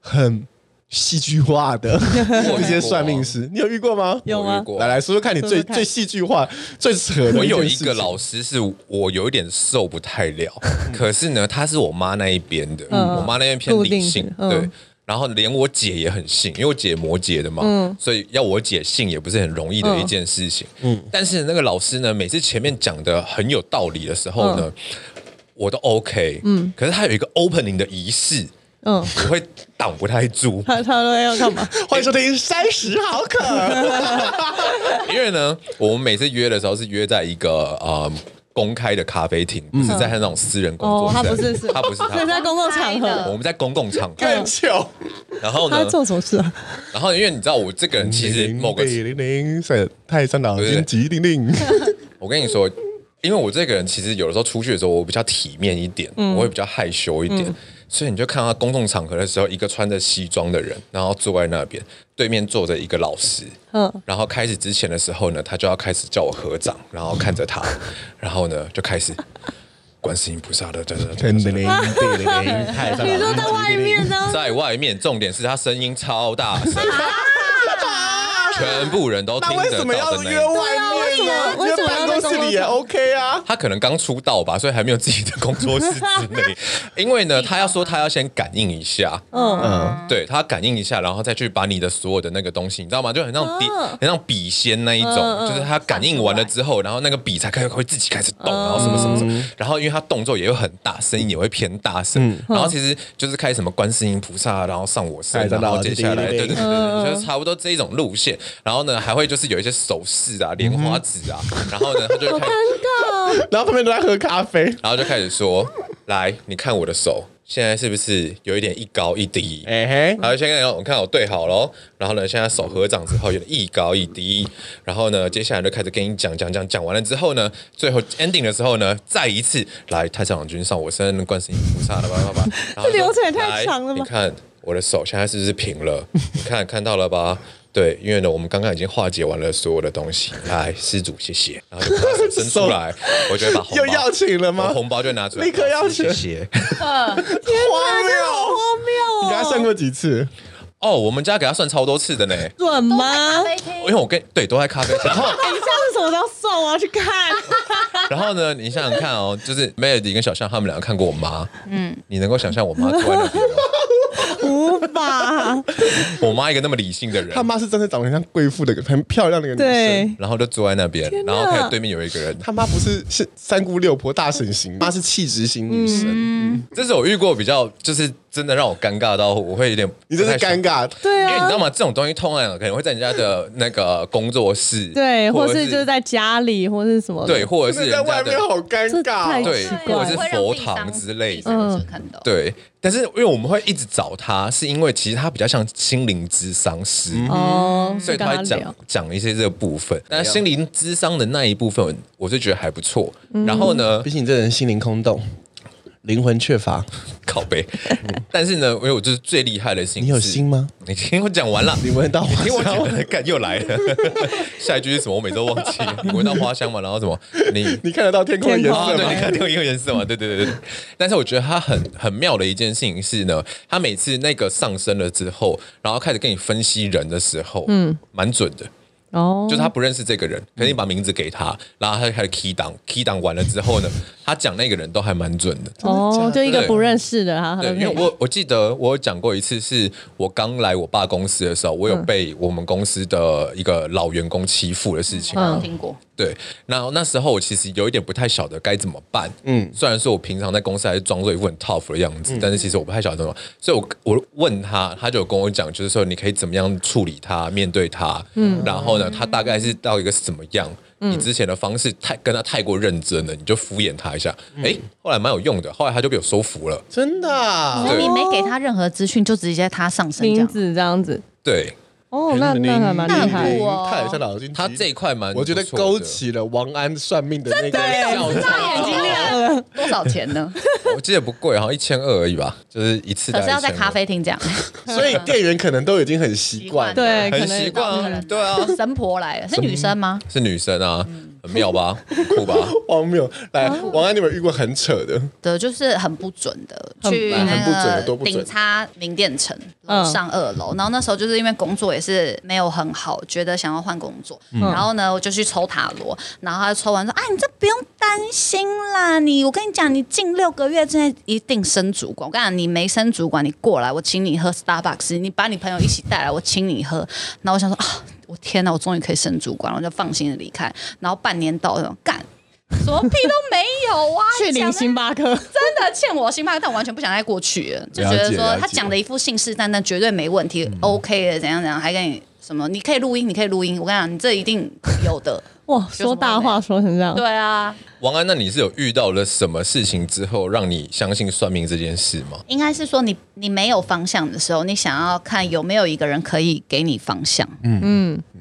很戏剧化的这些算命师，你有遇过吗？有我吗遇？过来来说说看你说最说看最戏剧化、最扯的我有件一事个情老师是我有一点受不太了，可是呢，他是我妈那一边的，嗯我妈那边偏理性固定，的嗯对。然后连我姐也很信，因为我姐摩羯的嘛，所以要我姐信也不是很容易的一件事情。嗯，但是那个老师呢，每次前面讲的很有道理的时候呢，我都 OK。嗯，可是他有一个 opening 的仪式，嗯，我会挡不太住。他他都要干嘛？ 欢迎收听《三十好 渴》因为呢，我们每次约的时候是约在一个呃公开的咖啡厅，不是在他那种私人工作嗯哦，他室。不是是，他不是 所以在他，公共场他我合的，们在公共场合。更糗。然后他呢，做什么事啊？然后因为你知道我这个人其实某个，零零零三泰山老对金吉零零，我跟你说，因为我这个人其实有的时候出去的时候我比较体面一点，我会比较害羞一点。所以你就看到公众场合的时候，一个穿着西装的人，然后坐在那边，对面坐着一个老师，嗯，然后开始之前的时候呢，他就要开始叫我合掌，然后看着他，然后呢就开始观世音菩萨的， 零零零零零泰山老金吉零零。你说在外面呢？在外面，重点是他声音超大声，全部人都啊那听为得什么到要的那约种。外面呢？为约什么办公室里为什么要在公也共场 OK 啊。 他可能刚出道吧，所以还没有自己的工作室之 类。因为呢，他要说他要先感应一下，嗯，嗯，对他感应一下，然后再去把你的所有的那个东西，你知道吗？就很像笔，哦很像笔仙那一种，嗯嗯就是他感应完了之后，然后那个笔才开始会自己开始嗯动，然后什么什么什么，然后因为他动作也会很大，声音也会偏大声，嗯嗯然后其实就是开什么观世音菩萨，然后上我身，哎然后接下来，对对对对对对嗯对，就是差不多这一种路线。然后呢，还会就是有一些手势啊，莲花指啊，嗯然后呢，他就会开始。然后旁边都在喝咖啡，然后就开始说：“来，你看我的手，现在是不是有一点一高一低？哎嘿，然后先看哦我看我对好喽，然后呢，现在手合掌之后有点一高一低，然后呢，接下来就开始跟你讲讲讲讲完了之后呢，最后 ending 的时候呢，再一次来太上老君上我身，观世音菩萨了，叭 叭叭，然后这流程也说太来长了吧你看我的手现在是不是平了？你看看到了吧？对，因为呢，我们刚刚已经化解完了所有的东西。来，施主，谢谢。然后就把手伸出来，我就会把红包 又要请了我吗？红包就拿出来，立刻要谢请谢。好荒荒谬！你谬哦！给他算过几次？哦，我们家给他算超多次的呢，准吗？哎，因为我跟对都在咖啡厅，然后你下次什么时候送我要去看？然后呢，你想想看哦，就是 Melody 跟小象他们两个看过我妈，嗯，你能够想象我妈坐在那 边吗？无法，我妈一个那么理性的人他，妈是真的长得像贵妇的，很漂亮的一个女生。对，然后就坐在那边，天然哪后看对面有一个人，他妈不是是三姑六婆大婶型，妈是气质型女嗯神。这是我遇过比较就是真的让我尴尬到我会有点，你真是尴尬。尬，对因为你啊知道，吗？这种东西通常可能会在人家的那个工作室，对，或者是就是在家里，或是什么的，对，或者真是的在人家外面的好尴这尬太哦。对奇或怪者是了佛堂之类的，嗯，看到。对。但是因为我们会一直找他，是因为其实他比较像心灵智商师，嗯哦，嗯所以跟他他会讲聊，讲一些这个部分，但心灵智商的那一部分，我是觉得还不错。嗯然后呢毕，竟你这人心灵空洞，灵魂缺乏，靠 背，但是呢，因为我就是最厉害的事情，你有心？吗？你听我讲完了， 你闻到花听我讲香 完了，干又来了。 下一句是什么？我每周忘记。你闻到花香嘛？然后什么？你你看得到天空的颜啊，色对，你吗？看同一个颜色嘛，对对对对。但是我觉得他很很妙的一件事情是呢，他每次那个上升了之后，然后开始跟你分析人的时候，嗯，蛮准的。哦，就是他不认识这个人，可是你把名字给他，然后他就开始 key 档，key 档完了之后呢， 他讲那个人都还蛮准的。哦，就一个对不认识的，然后他对，都因可以为我我记得我有讲过一次，是我刚来我爸公司的时候，我有被我们公司的一个老员工欺负的事情。我有听过，对，那那时候我其实有一点不太晓得该怎么办。嗯，虽然说我平常在公司还是装作一副很 tough 的样子，嗯但是其实我不太晓得怎么办。所以我我问他，他就有跟我讲，就是说你可以怎么样处理他，面对他。嗯，然后呢，他大概是到一个什么样？嗯你之前的方式太跟他太过认真了，你就敷衍他一下。嗯诶，后来蛮有用的，后来他就被我收服了。真的啊，所以你没给他任何资讯，就直接他上身这名样。字这样子，对哦，那那还哎蛮厉那很害酷，哦太有像脑筋急他这一块蛮不我错觉的，得勾起了王安算命的那个。笑场大眼睛亮了，多少钱 呢？我记得不贵，好像一千二而已吧，就是一次。可是要在咖。啡厅 这样，所以店员可能都已经很习惯。习惯对，可很能习惯可啊能，对啊，哦神婆来了，是女生吗？是女生啊，很妙吧，酷吧？荒谬！来，哦王安，你有没有遇过很扯的？的，就是很不准的，很去很不准那的都个不准顶差名店城嗯楼上二楼，然后那时候就是因为工作也是没有很好，觉得想要换工作，嗯然后呢我就去抽塔罗，然后他就抽完说啊你这不用担心啦，你我跟你讲，你近六个月之内一定升主管，我跟你讲你没升主管，你过来我请你喝 Starbucks，你把你朋友一起带来，我请你喝，然后我想说啊我天哪，我终于可以升主管了，我就放心的离开，然后半年到了干。什么屁都没 有啊！去你讲领的星巴克，真的欠我星巴克，但我完全不想再过去了，嗯就觉得了说解他讲的一副信誓旦旦，绝对没问题、o k 的，怎样怎样，还跟你什么，你可以录音，你可以录音，我跟你讲，你这一定有 的，哇，说大话说成这样，对啊。王安，那你是有遇到了什么事情之后，让你相信算命这件事吗？应该是说你你没有方向的时候，你想要看有没有一个人可以给你方向。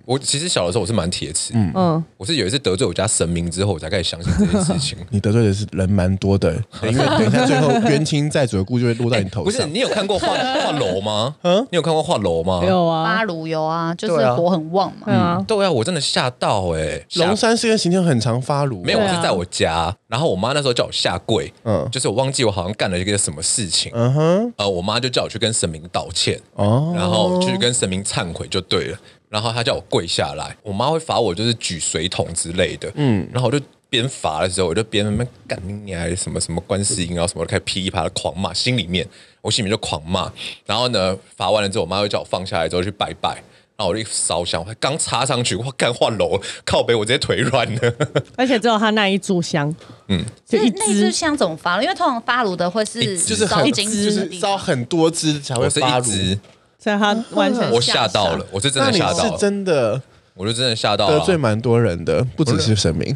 我其实小的时候我是蛮铁齿，嗯，我是有一次得罪我家神明之后，我才开始相信这件事情。你得罪的是人蛮多的，因为等一下最后冤亲债主的故就会落 在你头哎不是上。你有看过画画楼 吗？嗯，你有看过画楼吗？有啊巴，鲁油啊，就对是啊火很旺嘛。对啊，对啊，我真的吓到哎、吓龙山寺跟行天很常发炉，没有，我对啊是在我家，然后我妈那时候叫我下跪，嗯嗯，就是我忘记我好像干了一个什么事情，嗯哼，呃，我妈就叫我去跟神明道歉，哦，然后去跟神明忏悔就对了。然后他叫我跪下来，我妈会罚我就是举水桶之类的。嗯，然后我就边罚的时候，我就边那边干你娘什么什么观世音啊什么的，开始噼里啪啦狂骂，心里面我心里面就狂骂。然后呢，罚完了之后，我妈会叫我放下来之后去拜拜。然后我就一烧香，我刚插上去，我干换楼靠北，我直接腿软 了。而且只有他那一炷香，嗯，就那一那只支，香怎么发因为通常发炉的会一是支就是烧很金就子的是地烧方，很多只才会我是发一炉。直所以他完全我吓到了，我是哦真那的你吓到是了，真的我就真的吓到得了。罪蛮多人的，不只是神明。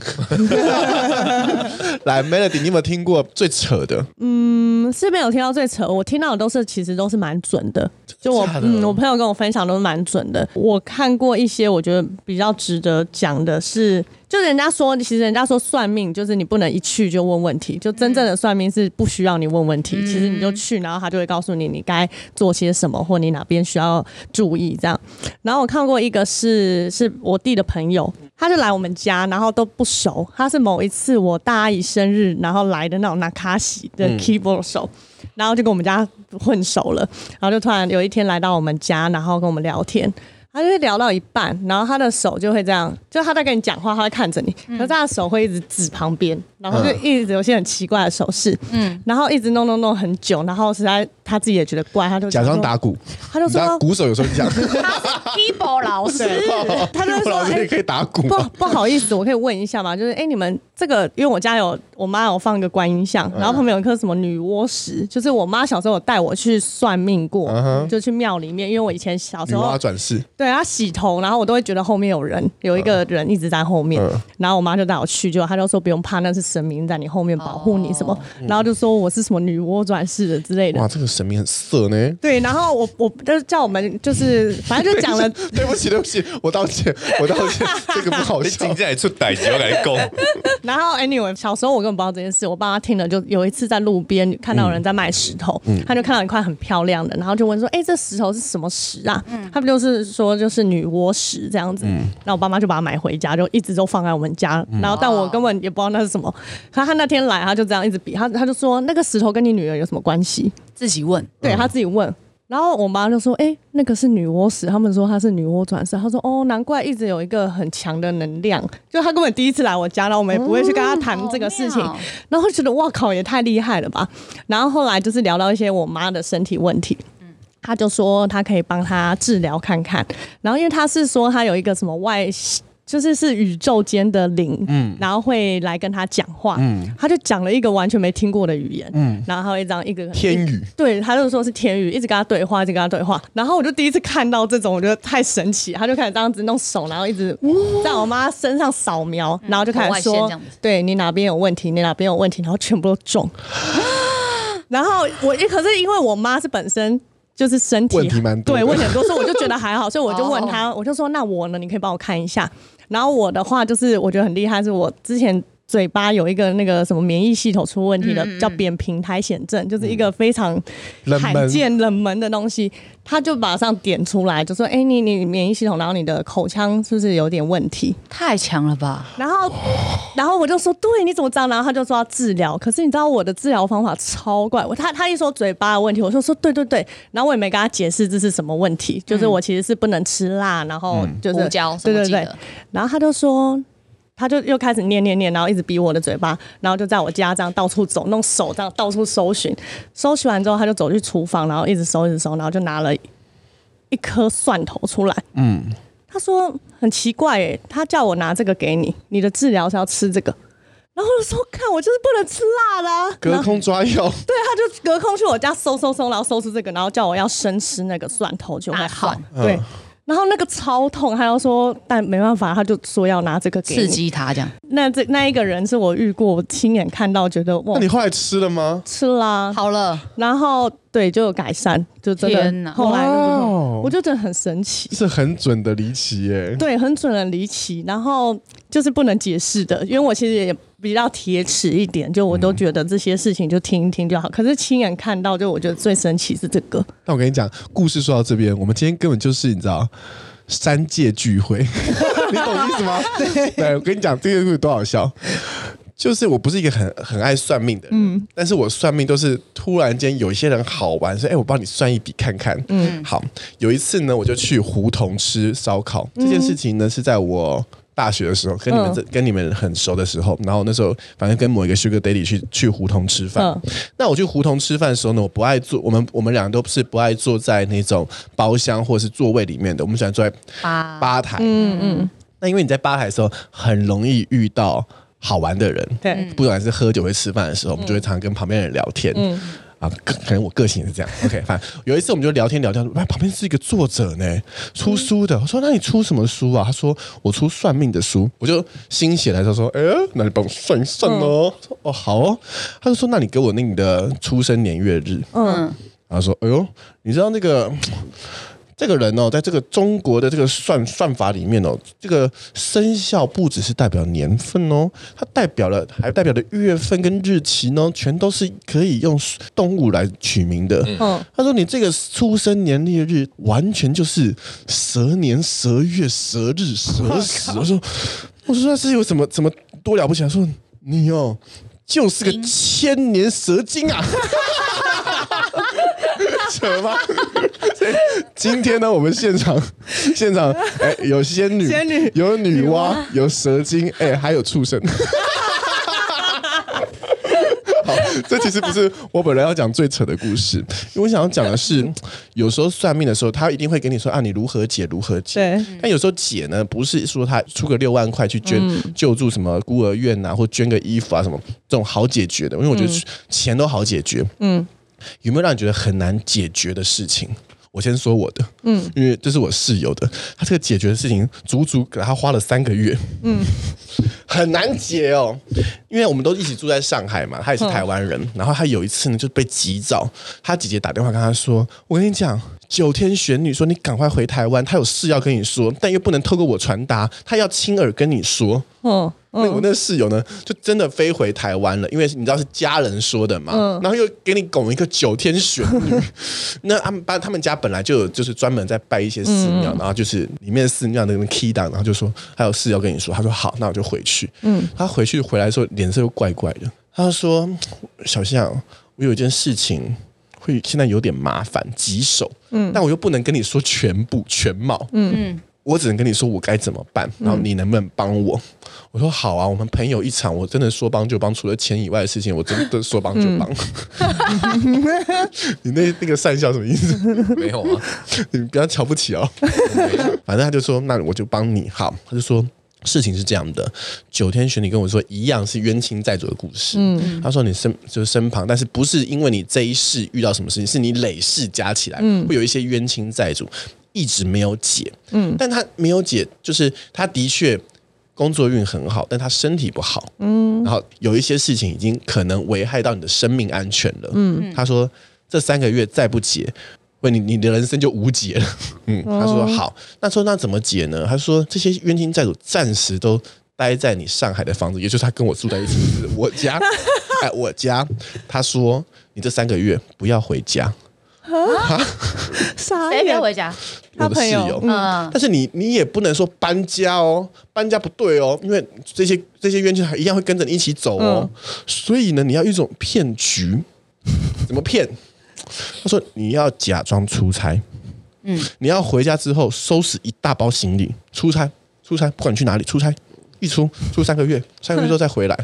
来，Melody，你有没有听过最扯的？嗯这边有听到最扯，我听到的都是其实都是蛮准的。就我假的嗯，我朋友跟我分享都是蛮准的。我看过一些我觉得比较值得讲的是，就是人家说，其实人家说算命就是你不能一去就问问题，就真正的算命是不需要你问问嗯题，其实你就去，然后他就会告诉你你该做些什么或你哪边需要注意这样。然后我看过一个是是我弟的朋友，他就来我们家，然后都不熟。他是某一次我大阿姨生日，然后来的那种拿卡西的嗯 keyboard 手，然后就跟我们家混熟了。然后就突然有一天来到我们家，然后跟我们聊天。他就会聊到一半，然后他的手就会这样，就他在跟你讲话，他会看着你，可是他的手会一直指旁边，然后就一直有些很奇怪的手势，嗯，然后一直弄弄弄很久，然后实在他自己也觉得怪，他就假装打说，鼓，他就你知道说鼓手有时候讲， keyboard 老师，他就说老师哎也可以打鼓啊不吗？不好意思，我可以问一下吗？就是哎、诶你们这个，因为我家有我妈有放一个观音像，嗯然后旁边有一颗什么女娲石，就是我妈小时候有带我去算命过，就去庙里面，因为我以前小嗯女时候娲转世，对她洗头，然后我都会觉得后面有人，有一个人一直在后面，嗯然后我妈就带我去，就她就说不用怕，那是神明在你后面保护你什么，哦然后就说我是什么女娲转世的之类的嗯哇，。这个神明很 色呢。对，然后我我就叫我们就是反正就讲 了对不起，对不起，我道歉，我道歉，这个不好 你笑今。天来出歹机，我跟你讲， 然后 anyway，小时候我根本不知道这件事，我爸妈听了就有一次在路边看到有人在卖石头，他就看到一块很漂亮的，然后就问说：“哎、这石头是什么石啊？”他不就是说就是女娲石这样子。然后我爸妈就把它买回家，就一直都放在我们家。然后但我根本也不知道那是什么。可他那天来，他就这样一直比，他他就说那个石头跟你女儿有什么关系？自己问，对他自己问。然后我妈就说：“哎、那个是女娲石，他们说她是女娲转世。”她说：“哦，难怪一直有一个很强的能量，就她根本第一次来我家，然后我们也不会去跟她谈这个事情。哦好妙然后觉得哇靠，也太厉害了吧！然后后来就是聊到一些我妈的身体问题，他就说他可以帮她治疗看看。然后因为他是说他有一个什么外。就是是宇宙间的灵，然后会来跟他讲话，他就讲了一个完全没听过的语言，然后他会这样一个天宇，对，他就说是天宇，一直跟他对话，一直跟他对话。然后我就第一次看到这种，我觉得太神奇。他就开始这样子弄手，然后一直在我妈身上扫描，然后就开始红嗯外线说这样子：“对你哪边有问题，你哪边有问题。”然后全部都中。然后我可是因为我妈是本身。就是身体问题蛮多的对问题很多，所以我就觉得还好，所以我就问他，我就说那我呢，你可以帮我看一下。然后我的话就是我觉得很厉害，是我之前嘴巴有一个那个什么免疫系统出问题的，叫扁平苔藓症，就是一个非常嗯冷门罕见冷门的东西，他就马上点出来，就说：“哎、你你免疫系统，然后你的口腔是不是有点问题太强了吧？”？然后，然后我就说：“对，你怎么知道？”然后他就说要治疗，可是你知道我的治疗方法超怪，我他他一说嘴巴的问题，我就说：“对对对。”然后我也没跟他解释这是什么问题，就是我其实是不能吃辣，然后就是、嗯胡椒什对么对记得对，然后他就说。他就又开始念念念，然后一直逼我的嘴巴，然后就在我家这样到处走，弄手这样到处搜寻，搜寻完之后，他就走去厨房，然后一直搜一直搜，然后就拿了一颗蒜头出来。嗯，他说很奇怪诶、他叫我拿这个给你，你的治疗是要吃这个。然后我就说看我就是不能吃辣的、啊，然隔后空抓药，对，他就隔空去我家搜搜搜，然后搜出这个，然后叫我要生吃那个蒜头就会好大。对，然后那个超痛，他要说，但没办法，他就说要拿这个给刺你。激他这样，那这那一个人是我遇过，我亲眼看到，觉得哇那你，后来吃了吗？吃啦，好了，然后对就有改善，就真天的哪后来就不痛哦我就觉得很神奇。是很准的离奇耶。对，很准很离奇，然后就是不能解释的，因为我其实也比较铁齿一点，就我都觉得这些事情就听一听就好。可是亲眼看到，就我觉得最神奇是这个。那我跟你讲，故事说到这边，我们今天根本就是你知道。三界聚会， 你懂意思吗？对，我跟你讲，这个故事多好笑。就是我不是一个很很爱算命的人，但是我算命都是突然间有一些人好玩，说：“哎、我帮你算一笔看看。”嗯，好，有一次呢，我就去胡同吃烧烤，这件事情呢是在我。大学的时候，跟你们这、跟你们很熟的时候，然后那时候反正跟某一个 Sugar Daddy 去去胡同吃饭。嗯那我去胡同吃饭的时候呢，我不爱坐，我们我们俩都是不爱坐在那种包厢或者是座位里面的，我们喜欢坐在吧吧台。嗯嗯。那因为你在吧台的时候，很容易遇到好玩的人，对，嗯不管是喝酒会吃饭的时候，我们就会常跟旁边人聊天。啊，可可能我个性也是这样。OK，反正有一次我们就聊天聊天，哎，旁边是一个作者呢，出书的。我说那你出什么书啊？他说我出算命的书。我就心血来潮说，哎，那你帮我算一算嗯哦。说哦好哦，他就说那你给我那你的出生年月日。嗯，然后说：“哎呦，你知道那个这个人哦，在这个中国的这个算算法里面哦，这个生肖不只是代表年份哦，它代表了还代表了月份跟日期呢，全都是可以用动物来取名的。嗯他说：“你这个出生年月日完全就是蛇年、蛇月、蛇日、蛇时。”我说：“我说那是有什么怎么多了不起？”他说：“你哦，就是个千年蛇精啊！”扯吗？ 所以今天呢，我们现场现场哎、有仙女，仙女有女娲，有蛇精，哎、还有畜生。好， 这其实不是我本来要讲最扯的故事，因为我想要讲的 是，有时候算命的时候，他一定会给你说啊，你如何解，如何解。对但有时候解呢，不是说他出个六万块去捐、救助什么孤儿院啊，或捐个衣服啊什么这种好解决的，因为我觉得钱都好解决。嗯，有没有让你觉得很难解决的事情？我先说我的，嗯，因为这是我室友的，他这个解决的事情足足给他花了三个月，嗯，很难解哦，嗯因为我们都一起住在上海嘛，他也是台湾人，然后他有一次呢就被急躁，他姐姐打电话跟他说：“我跟你讲，九天玄女说你赶快回台湾，她有事要跟你说，但又不能透过我传达，她要亲耳跟你说。”嗯那我那个室友呢，就真的飞回台湾了，因为你知道是家人说的嘛，然后又给你拱一个九天玄女。那他们班他们家本来就有，就是专门在拜一些寺庙，然后就是里面的寺庙那个 key 档，然后就说还有事要跟你说，他说好，那我就回去。嗯，他回去回来的时候脸色又怪怪的，他就说小象，我有一件事情。会现在有点麻烦，棘手，嗯，但我又不能跟你说全部全貌，嗯，我只能跟你说我该怎么办，然后你能不能帮我？我说好啊，我们朋友一场，我真的说帮就帮，除了钱以外的事情，我真的说帮就帮。 你那那个善笑什么意思？没有啊， 你不要瞧不起哦。反正他就说，那我就帮你。好，他就说。事情是这样的，九天玄女跟我说，一样是冤亲债主的故事。嗯，他说你身就是身旁，但是不是因为你这一世遇到什么事情，是你累世加起来，会有一些冤亲债主一直没有解。嗯，但他没有解，就是他的确工作运很好，但他身体不好。嗯，然后有一些事情已经可能危害到你的生命安全了。嗯，他说这三个月再不解，喂，你你的人生就无解了。嗯，他哦说好，那说那怎么解呢？他说这些冤亲债主暂时都待在你上海的房子，也就是他跟我住在一起，就是我 家，哎，我家。他说你这三个月不要回家，傻哎谁不眼要，回家？我他的室朋友友。嗯，但是你你也不能说搬家哦，搬家不对哦，因为这些这些冤亲还一样会跟着你一起走哦。所以呢，你要有一种骗局，怎么骗？他说你要假装出差，嗯，你要回家之后收拾一大包行李，出差出差，不管你去哪里出差。一出出三个月，三个月之后再回来，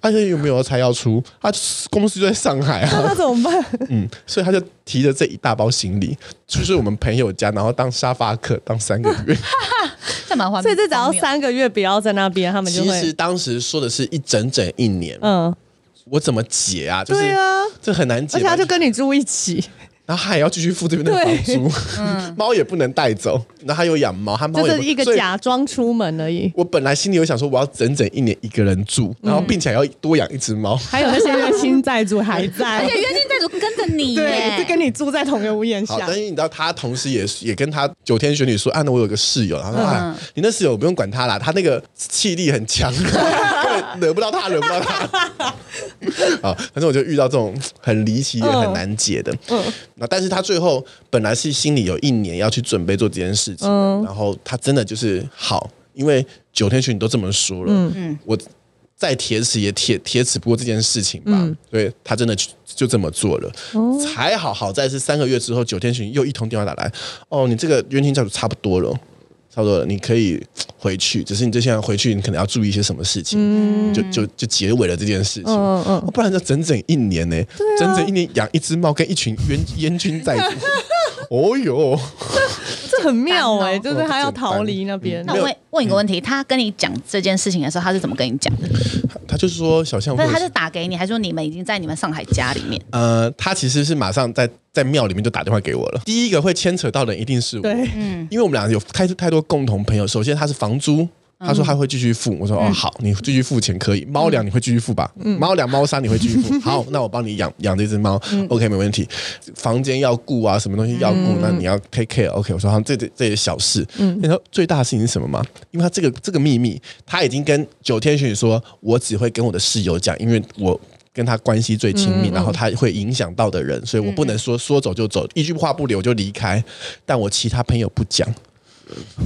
而且有没有才要出？他公司就在上海啊， 那 他怎么办？嗯，所以他就提着这一大包行李，就是我们朋友家，然后当沙发客当三个月。这蛮荒谬。所以这只要荒谬三个月不要在那边，他们就其实会当时说的是一整整一年，嗯，我怎么解啊？就是对啊这很难解而吧。且他就跟你住一起，然后他也要继续付这边的房租， 猫也不能带走，然后他有养猫，他猫就也不是一个。所以假装出门而已。我本来心里有想说，我要整整一年一个人住，嗯然后并且还要多养一只 猫。还有那些冤亲债主还在而，且冤亲债主跟着你 对，是耶，跟你住在同一个屋檐好，下但。是你知道，他同时也也跟他九天玄女说，啊，那我有个室友，然后说，嗯哎，你那室友不用管他啦，他那个气力很强， 惹不到他，惹不到他。 啊，反正我就遇到这种很离奇也很难解的。嗯，那但是他最后本来是心里有一年要去准备做这件事情，嗯然后他真的就是好，因为九天玄女都这么说了，嗯，我。再铁齿也铁铁齿不过这件事情吧，嗯对他真的就就这么做了，哦才好好在是三个月之后，九天玄女又一通电话打来，哦，你这个冤亲债主差不多了。差不多了，你可以回去，只是你这现在回去，你可能要注意一些什么事情，就就就结尾了这件事情，嗯嗯哦不然就整整一年呢、啊 整整一年养一只猫跟一群冤冤亲债主，哦哟，这很妙哎、简就哦是他要逃离那边那。我问问一个问题，他跟你讲这件事情的时候，他是怎么跟你讲的？他就说小象但会是他就打给你，还是说你们已经在你们上海家里面？呃，他其实是马上在在庙里面就打电话给我了。第一个会牵扯到的一定是我，对，因为我们俩有太太多共同朋友。首先他是房租。他说他会继续付，我说哦好，你继续付钱可以。猫粮你会继续付吧？猫粮、猫砂你会继续付。好，那我帮你养养这只猫，OK 没问题。房间要顾啊，什么东西要顾，那你要 take care，OK、我说好，这这这些小事。你知道最大的事情是什么吗？因为他这个这个秘密，他已经跟九天玄女说，我只会跟我的室友讲，因为我跟他关系最亲密，嗯然后他会影响到的人，所以我不能说说走就走，一句话不留我就离开。但我其他朋友不讲，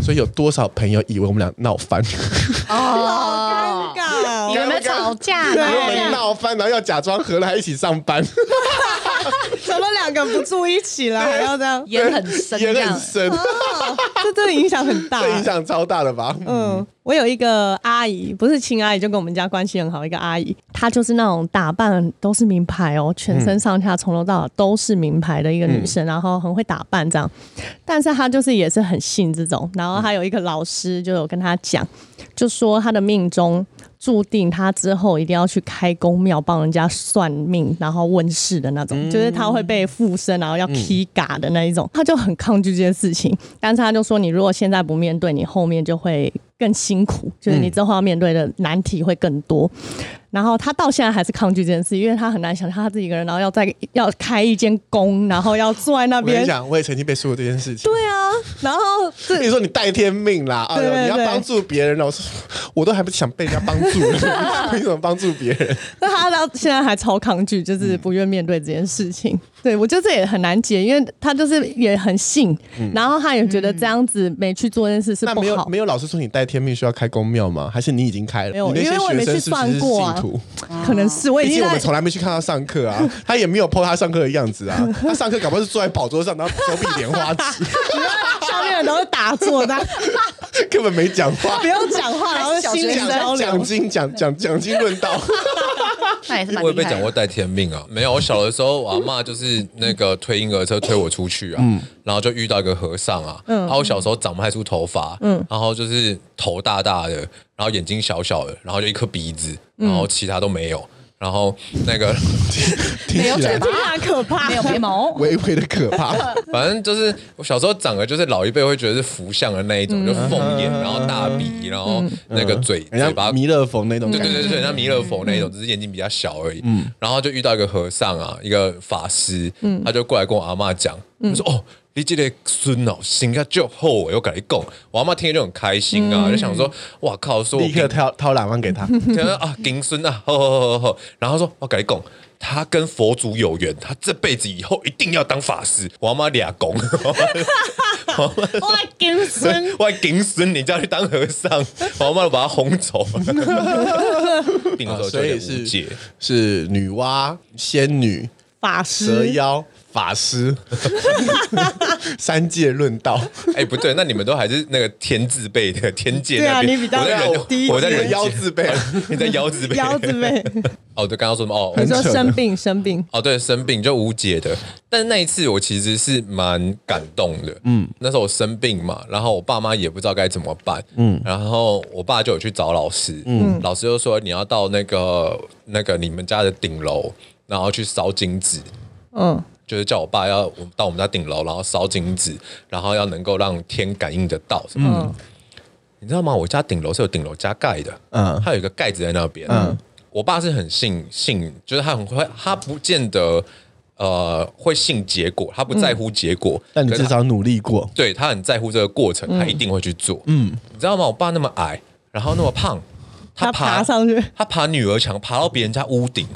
所以有多少朋友以为我们俩闹翻， 哦嗯尴尬你哦，们没有吵架，然然后我后们闹翻，然后要假装和来一起上班， 怎么两个不住一起了，还要这样？眼很深，也这样啊很深，这真的影响很 大、这影响超大的吧？嗯，我有一个阿姨，不是亲阿姨，就跟我们家关系很好。一个阿姨，她就是那种打扮都是名牌哦，全身上下从头到脚都是名牌的一个女生，然后很会打扮这样。但是她就是也是很信这种。然后还有一个老师就有跟她讲，就说她的命中注定她之后一定要去开公庙帮人家算命，然后问事的那种，嗯就是她会被附身，然后要 K 嘎的那一种。她就很抗拒这件事情，但是她就说，你如果现在不面对，你后面就会更辛苦，就是你之后要面对的难题会更多。然后他到现在还是抗拒这件事，因为他很难想象他自己一个人，然后要在要开一间宫，然后要坐在那我跟边你。讲，我也曾经被说过这件事情。对啊，然后这你说你带天命啦，哎对呦，对你要对帮助别人了，我说我都还不想被人家帮助， 你怎么帮助别人？那他到现在还超抗拒，就是不愿面对这件事情。对我觉得这也很难解，因为他就是也很信，然后他也觉得这样子没去做这件事是那不没有好没。有老师说你带天命需要开公庙吗？还是你已经开了？没有你那些因为我也没学生去是不算是是过啊信徒？可能是我已毕经竟我在们从来没去看他上课啊，他也没有 PO 他上课的样子啊，他上课搞不好是坐在宝桌上，然后手比莲花指， 下面人都是打坐的， 根本没讲话不，用讲话，然后心灵交流讲讲。经讲讲讲经论 道，那也是蛮我也厉被害讲过的。带天命啊，没有，我小的时候我阿妈就是那个推婴儿车推我出去啊，然后就遇到一个和尚啊，嗯然后我小时候长不太出头发，然后就是头大大的，然后眼睛小小的，然后就一颗鼻子，嗯然后其他都没有，然后那个 听起来非常可怕，没有眉毛，微微的可 怕。反正就是我小时候长得就是老一辈会觉得是福相的那一嗯种，就凤眼，然后大鼻，然后那个嘴嘴人家巴弥勒佛那种对感对对觉，对，像弥勒佛嗯那一种，只是眼睛比较小而已。嗯，然后就遇到一个和尚啊，一个法师，嗯他就过来跟我阿妈讲，他说：“哦，你这个孙哦，心较就厚欸，我跟你讲。”我阿妈听了就很开心啊，就想说：“哇靠，说我嗯立刻掏掏两万给 他。可能啊，金孙啊，吼吼吼吼吼，然后说，我跟你讲，他跟佛祖有缘，他这辈子以后一定要当法师。我阿妈俩公，哇，金孙 我金孙，你叫去当和尚，我阿妈就把他轰 走，并啊说所以是是是女娲、仙女、法蛇师，妖、法 师，三界论道。 哎、不对，那你们都还是那个天字辈的 天界对啊那边，你比较我在人低一我在阶 人妖妖字辈，你在妖字辈， 腰子妹，哦，对，刚刚说什么？哦，你说生病生病，哦，对，生病就无解的。但是那一次我其实是蛮感动的，嗯，那时候我生病嘛，然后我爸妈也不知道该怎么办，嗯，然后我爸就有去找老师，嗯，老师就说你要到那个那个你们家的顶楼，然后去烧金纸，嗯，就是叫我爸要我到我们家顶楼，然后烧金纸，然后要能够让天感应得到什么的。你知道吗？我家顶楼是有顶楼加盖的，嗯嗯，它有一个盖子在那边。嗯嗯，我爸是很信信，就是他很会，他不见得呃会信结果，他不在乎结果，嗯但你可是至他少努力过。对他很在乎这个过程，他一定会去做。嗯，你知道吗？我爸那么矮，然后那么胖，他爬上去，他爬女儿墙，爬到别人家屋顶，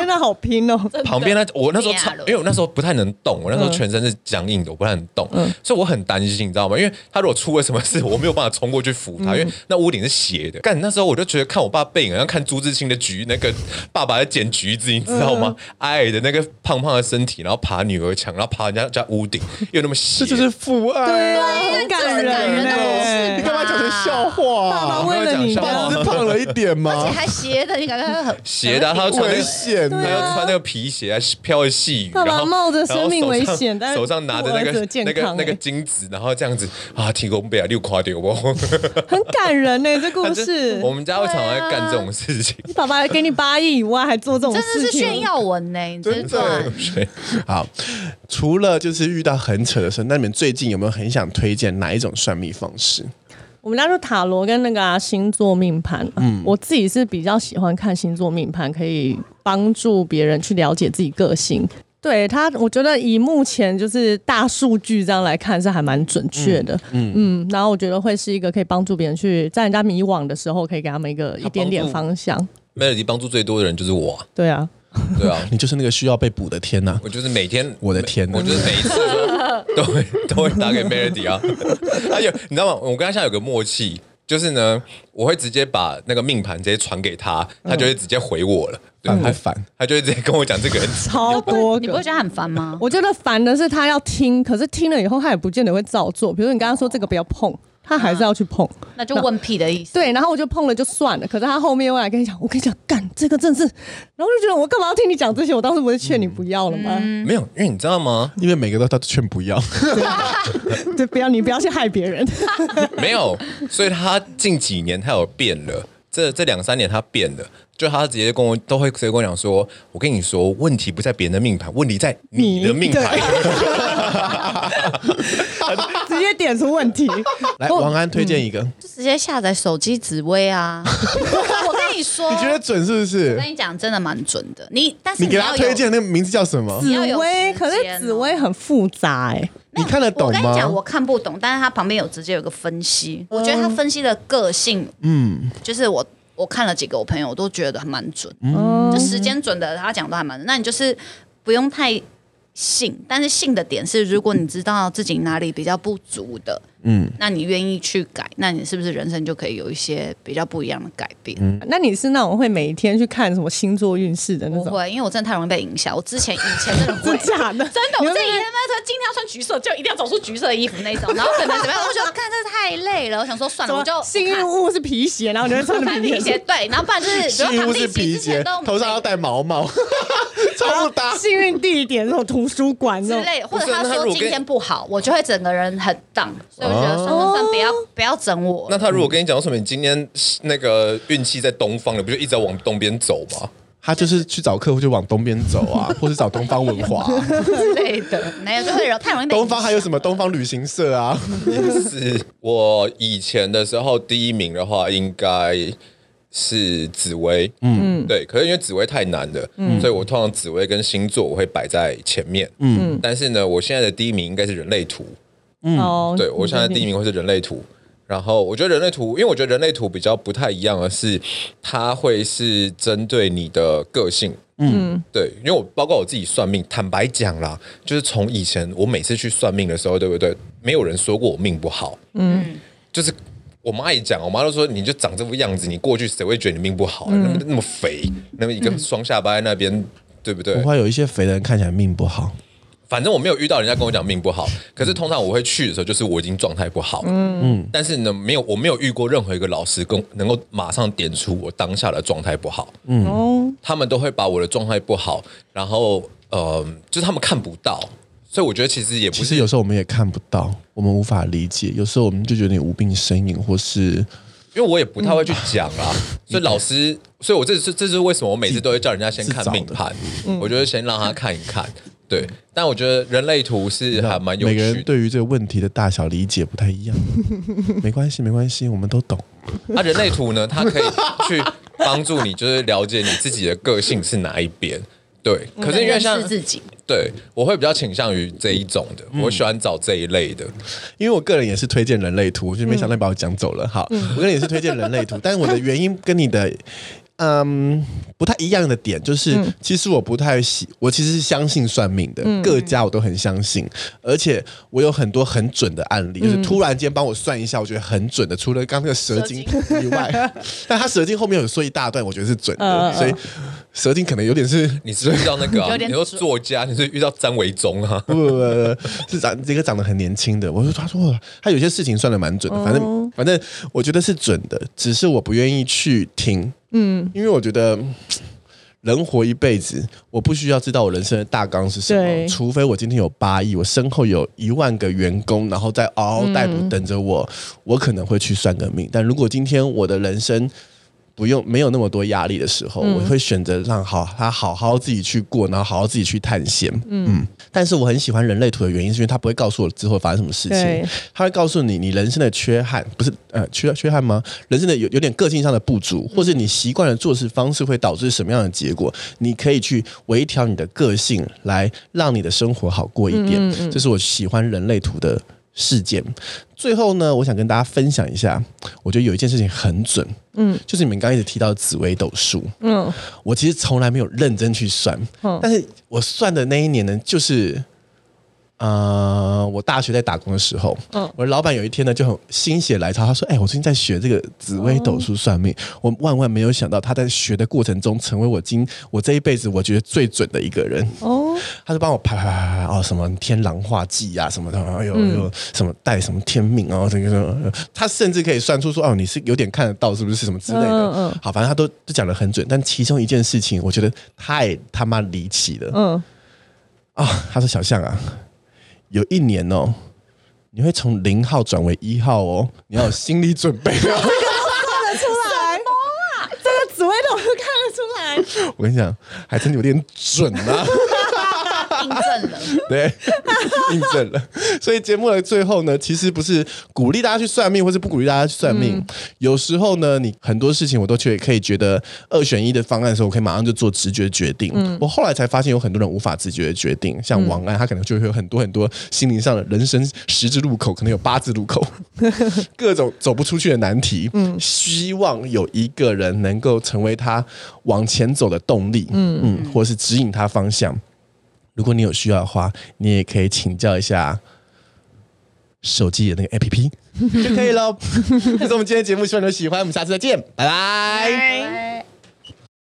天哪，好拼哦！ 旁边那我那时候吓超了，因为我那时候不太能动，我那时候全身是僵硬的，我不太能动，嗯所以我很担心，你知道吗？因为他如果出了什么事，我没有办法冲过去扶嗯他，因为那屋顶是斜的。干那时候我就觉得看我爸背影，好像看朱自清的橘，那个爸爸在捡橘子，你知道嗯吗？矮矮的那个胖胖的身体，然后爬女儿墙，然后爬人家家屋顶，又那么斜，这就是父爱啊！很感这是感人人的故事欸啊你干嘛讲成笑话爸爸啊？为了你我跟你讲笑爸话只是胖了一一点而且吗？还斜的，你感觉他很斜的啊，他要穿那危个险啊他要呢！穿那个皮鞋，还是飘着细雨，啊爸爸然后冒着生命危险然但后是手上手上拿着那顾儿子个的健那个康那个欸金子，然后这样子啊，提供杯啊，六夸丢不？很感人呢、欸这故事。我们家会常常在干这种事情。 你爸爸给你八亿以外，还做这种真事的情，是炫耀文呢、你这段水好，除了就是遇到很扯的事，那你们最近有没有很想推荐哪一种算命方式？我们家就塔罗跟那个、啊、星座命盘、嗯，我自己是比较喜欢看星座命盘，可以帮助别人去了解自己个性。对他，我觉得以目前就是大数据这样来看是还蛮准确的，嗯然后我觉得会是一个可以帮助别人去在人家迷惘的时候，可以给他们一个一点点方向。 Melody 帮助最多的人就是我啊，对啊，对啊，你就是那个需要被补的天呐、我就是每天，我的天哪我就是每一次都都会都会打给 Melody 啊。 还有你知道吗？我跟他现在有个默契，就是呢，我会直接把那个命盘直接传给他，他就会直接回我了，对反还反，他就会直接跟我讲这个人。超多你不会个。觉得他很 烦吗？我觉得烦的是他要听，可是听了以后他也不见得会照做。比如你跟他说这个不要哦碰，他还是要去碰。那就问屁的意思。对，然后我就碰了就算了。可是他后面又来跟你讲，我跟你讲，干这个真的是，然后我就觉得我干嘛要听你讲这些？我当时不是劝你不要了吗？嗯没有，因为你知道吗？因为每个都他都劝不要，对，不要你不要去害别人。 没有，所以他近几年他有变了。这这两三年他变了，就他直接跟我都会直接跟我讲说，我跟你说，问题不在别人的命盘，问题在你的你命 对盘。直接点出问 题。来王安推荐一个，就直接下载手机紫薇啊！ 我跟你说，你觉得准是不我是？跟你讲，真的蛮准的。你但是你给要他有推荐那个名字叫什么？紫要有薇，时可间是哦紫薇很复杂哎、你看得懂我跟吗你讲，我看不懂，但是他旁边有直接有个分析，我觉得他分析的个性，嗯，就是我我看了几个我朋友，我都觉得蛮准，就时间准的，他讲都还蛮准。那你就是不用太信，但是信的点是，如果你知道自己哪里比较不足的，嗯，那你愿意去改，那你是不是人生就可以有一些比较不一样的改变？那你是那种会每天去看什么星座运势的那不种？会，因为我真的太容易被影响。我之前以前真的 会真。假的？真的，你我会自不己会在那说今天要穿橘色，就一定要走出橘色的衣服那种，然后可能怎么样，我就觉得看这太累了，我想说算了，我就什么幸运看物是皮鞋，然后你会穿着 穿皮鞋，对，然后不然就是比如幸说运扛是地皮之鞋前都，头上要戴毛毛， 超不搭。幸运地点那种图书馆之那种。类的，或不者是他那他如说果今跟天不好，我就会整个人很荡，所以我觉得算算算，不要不要整我那。他如果跟你讲说什么，你今天那个运气在东方了，不就一直往东边走 吗？ 他就是去找客户就往东边走 啊，或是找东方文化啊、之类的，没有就会惹太容易 被东方还有么？什么东方旅行社 啊？是我以前的时候第一名的话，应该是紫薇，嗯，对。可是因为紫薇太难了，所以我通常紫薇跟星座我会摆在前面，嗯。但是呢，我现在的第一名应该是人类图，哦嗯对我现在第一名会是人类图。然后我觉得人类图，因为我觉得人类图比较不太一样的是，它会是针对你的个性。嗯，对，因为我包括我自己算命，坦白讲啦，就是从以前我每次去算命的时候，对不对？没有人说过我命不好。嗯，就是我妈也讲，我妈都说你就长这副样子，你过去谁会觉得你命不好？啊那么那么肥，那么一个双下巴在那边，对嗯不对？不会有一些肥的人看起来命不好，反正我没有遇到人家跟我讲命不好，可是通常我会去的时候，就是我已经状态不好，嗯，但是呢，没有我没有遇过任何一个老师跟我能够马上点出我当下的状态不好，嗯哦，他们都会把我的状态不好，然后呃，就是他们看不到，所以我觉得其实也不其是实有时候我们也看不到，我们无法理解，有时候我们就觉得你无病呻吟，或是因为我也不太会去讲 啦，所以老师，所以我这是这是为什么我每次都会叫人家先看命盘，我觉得先让他看一看，对，但我觉得人类图是还蛮有嗯每个趣人的，对于这个问题的大小理解不太一样。 没关系，没关系，我们都懂。 那、啊人类图呢，它可以去帮助你，就是了解你自己的个性是哪一边。对，嗯可是因为像认识自己， 对，我会比较倾向于这一种的，我喜欢找这一类的。嗯因为我个人也是推荐人类图，就没嗯想到你把我讲走了。好，我个人也是推荐人 类图，但是我的原因跟你的。嗯，不太一样的点就是，嗯其实我不太喜，我其实是相信算命的，各家我都很相信，而且我有很多很准的案例，就是嗯突然间帮我算一下，我觉得很准的， 除了刚刚那个蛇精以外，但他蛇精后面有说一大段，我觉得是准的，嗯嗯嗯所以蛇精可能有点是你是不是遇到那个、啊，有你点说作家，你是遇到张维忠啊，不不不不，是长这个长得很年轻的。我说他说他有些事情算的蛮准的，反正反正我觉得是准的，只是我不愿意去听，嗯，因为我觉得。嗯人活一辈子，我不需要知道我人生的大纲是什么，对除非我今天有八亿，我身后有一万个员工，然后在嗷嗷待哺等着我，我可能会去算个命。但如果今天我的人生不用没有那么多压力的时候，我会选择让好他好好自己去过，然后好好自己去探险。嗯但是我很喜欢人类图的原因，是因为它不会告诉我之后发生什么事情对，它会告诉你你人生的缺憾，不是呃缺缺憾吗？人生的有有点个性上的不足，或者你习惯的做事方式会导致什么样的结果？你可以去微调你的个性，来让你的生活好过一点。这是我喜欢人类图的事件。最后呢，我想跟大家分享一下，我觉得有一件事情很准，嗯，就是你们刚刚一直提到的紫微斗数，嗯，哦我其实从来没有认真去算，但是我算的那一年呢，就是。呃，我大学在打工的时候，嗯我的老板有一天呢就很心血来潮，他说：“哎、我最近在学这个紫微斗数算命，嗯我万万没有想到他在学的过程中成为我今我这一辈子我觉得最准的一个人。”哦，他就帮我排排排排排哦，什么天狼化忌啊，什么的，哎嗯呦，有什么带什么天命啊，这个什么，他甚至可以算出说，哦，你是有点看得到，是不是什么之类的？嗯嗯好，反正他都都讲得很准，但其中一件事情，我觉得太他妈离奇了嗯，啊、他说：“小象啊，有一年哦，你会从零号转为一号哦，你要有心理准备哦。”看 得出来，啊这个紫薇斗数看得出来，我跟你讲，还真有点准啊。 印证了，对，印证了。所以节目的最后呢，其实不是鼓励大家去算命，或是不鼓励大家去算命。有时候呢，你很多事情我都觉得可以觉得二选一的方案的时候，我可以马上就做直觉决定。我后来才发现，有很多人无法直觉的决定，像王安，他可能就会有很多很多心灵上的人生十字路口，可能有八字路口，各种走不出去的难题。希望有一个人能够成为他往前走的动力，嗯嗯，或是指引他方向。如果你有需要的话，你也可以请教一下手机的那个 APP 就可以喽。这是我们今天的节目，希望你们喜欢，我们下次再见，拜拜。拜拜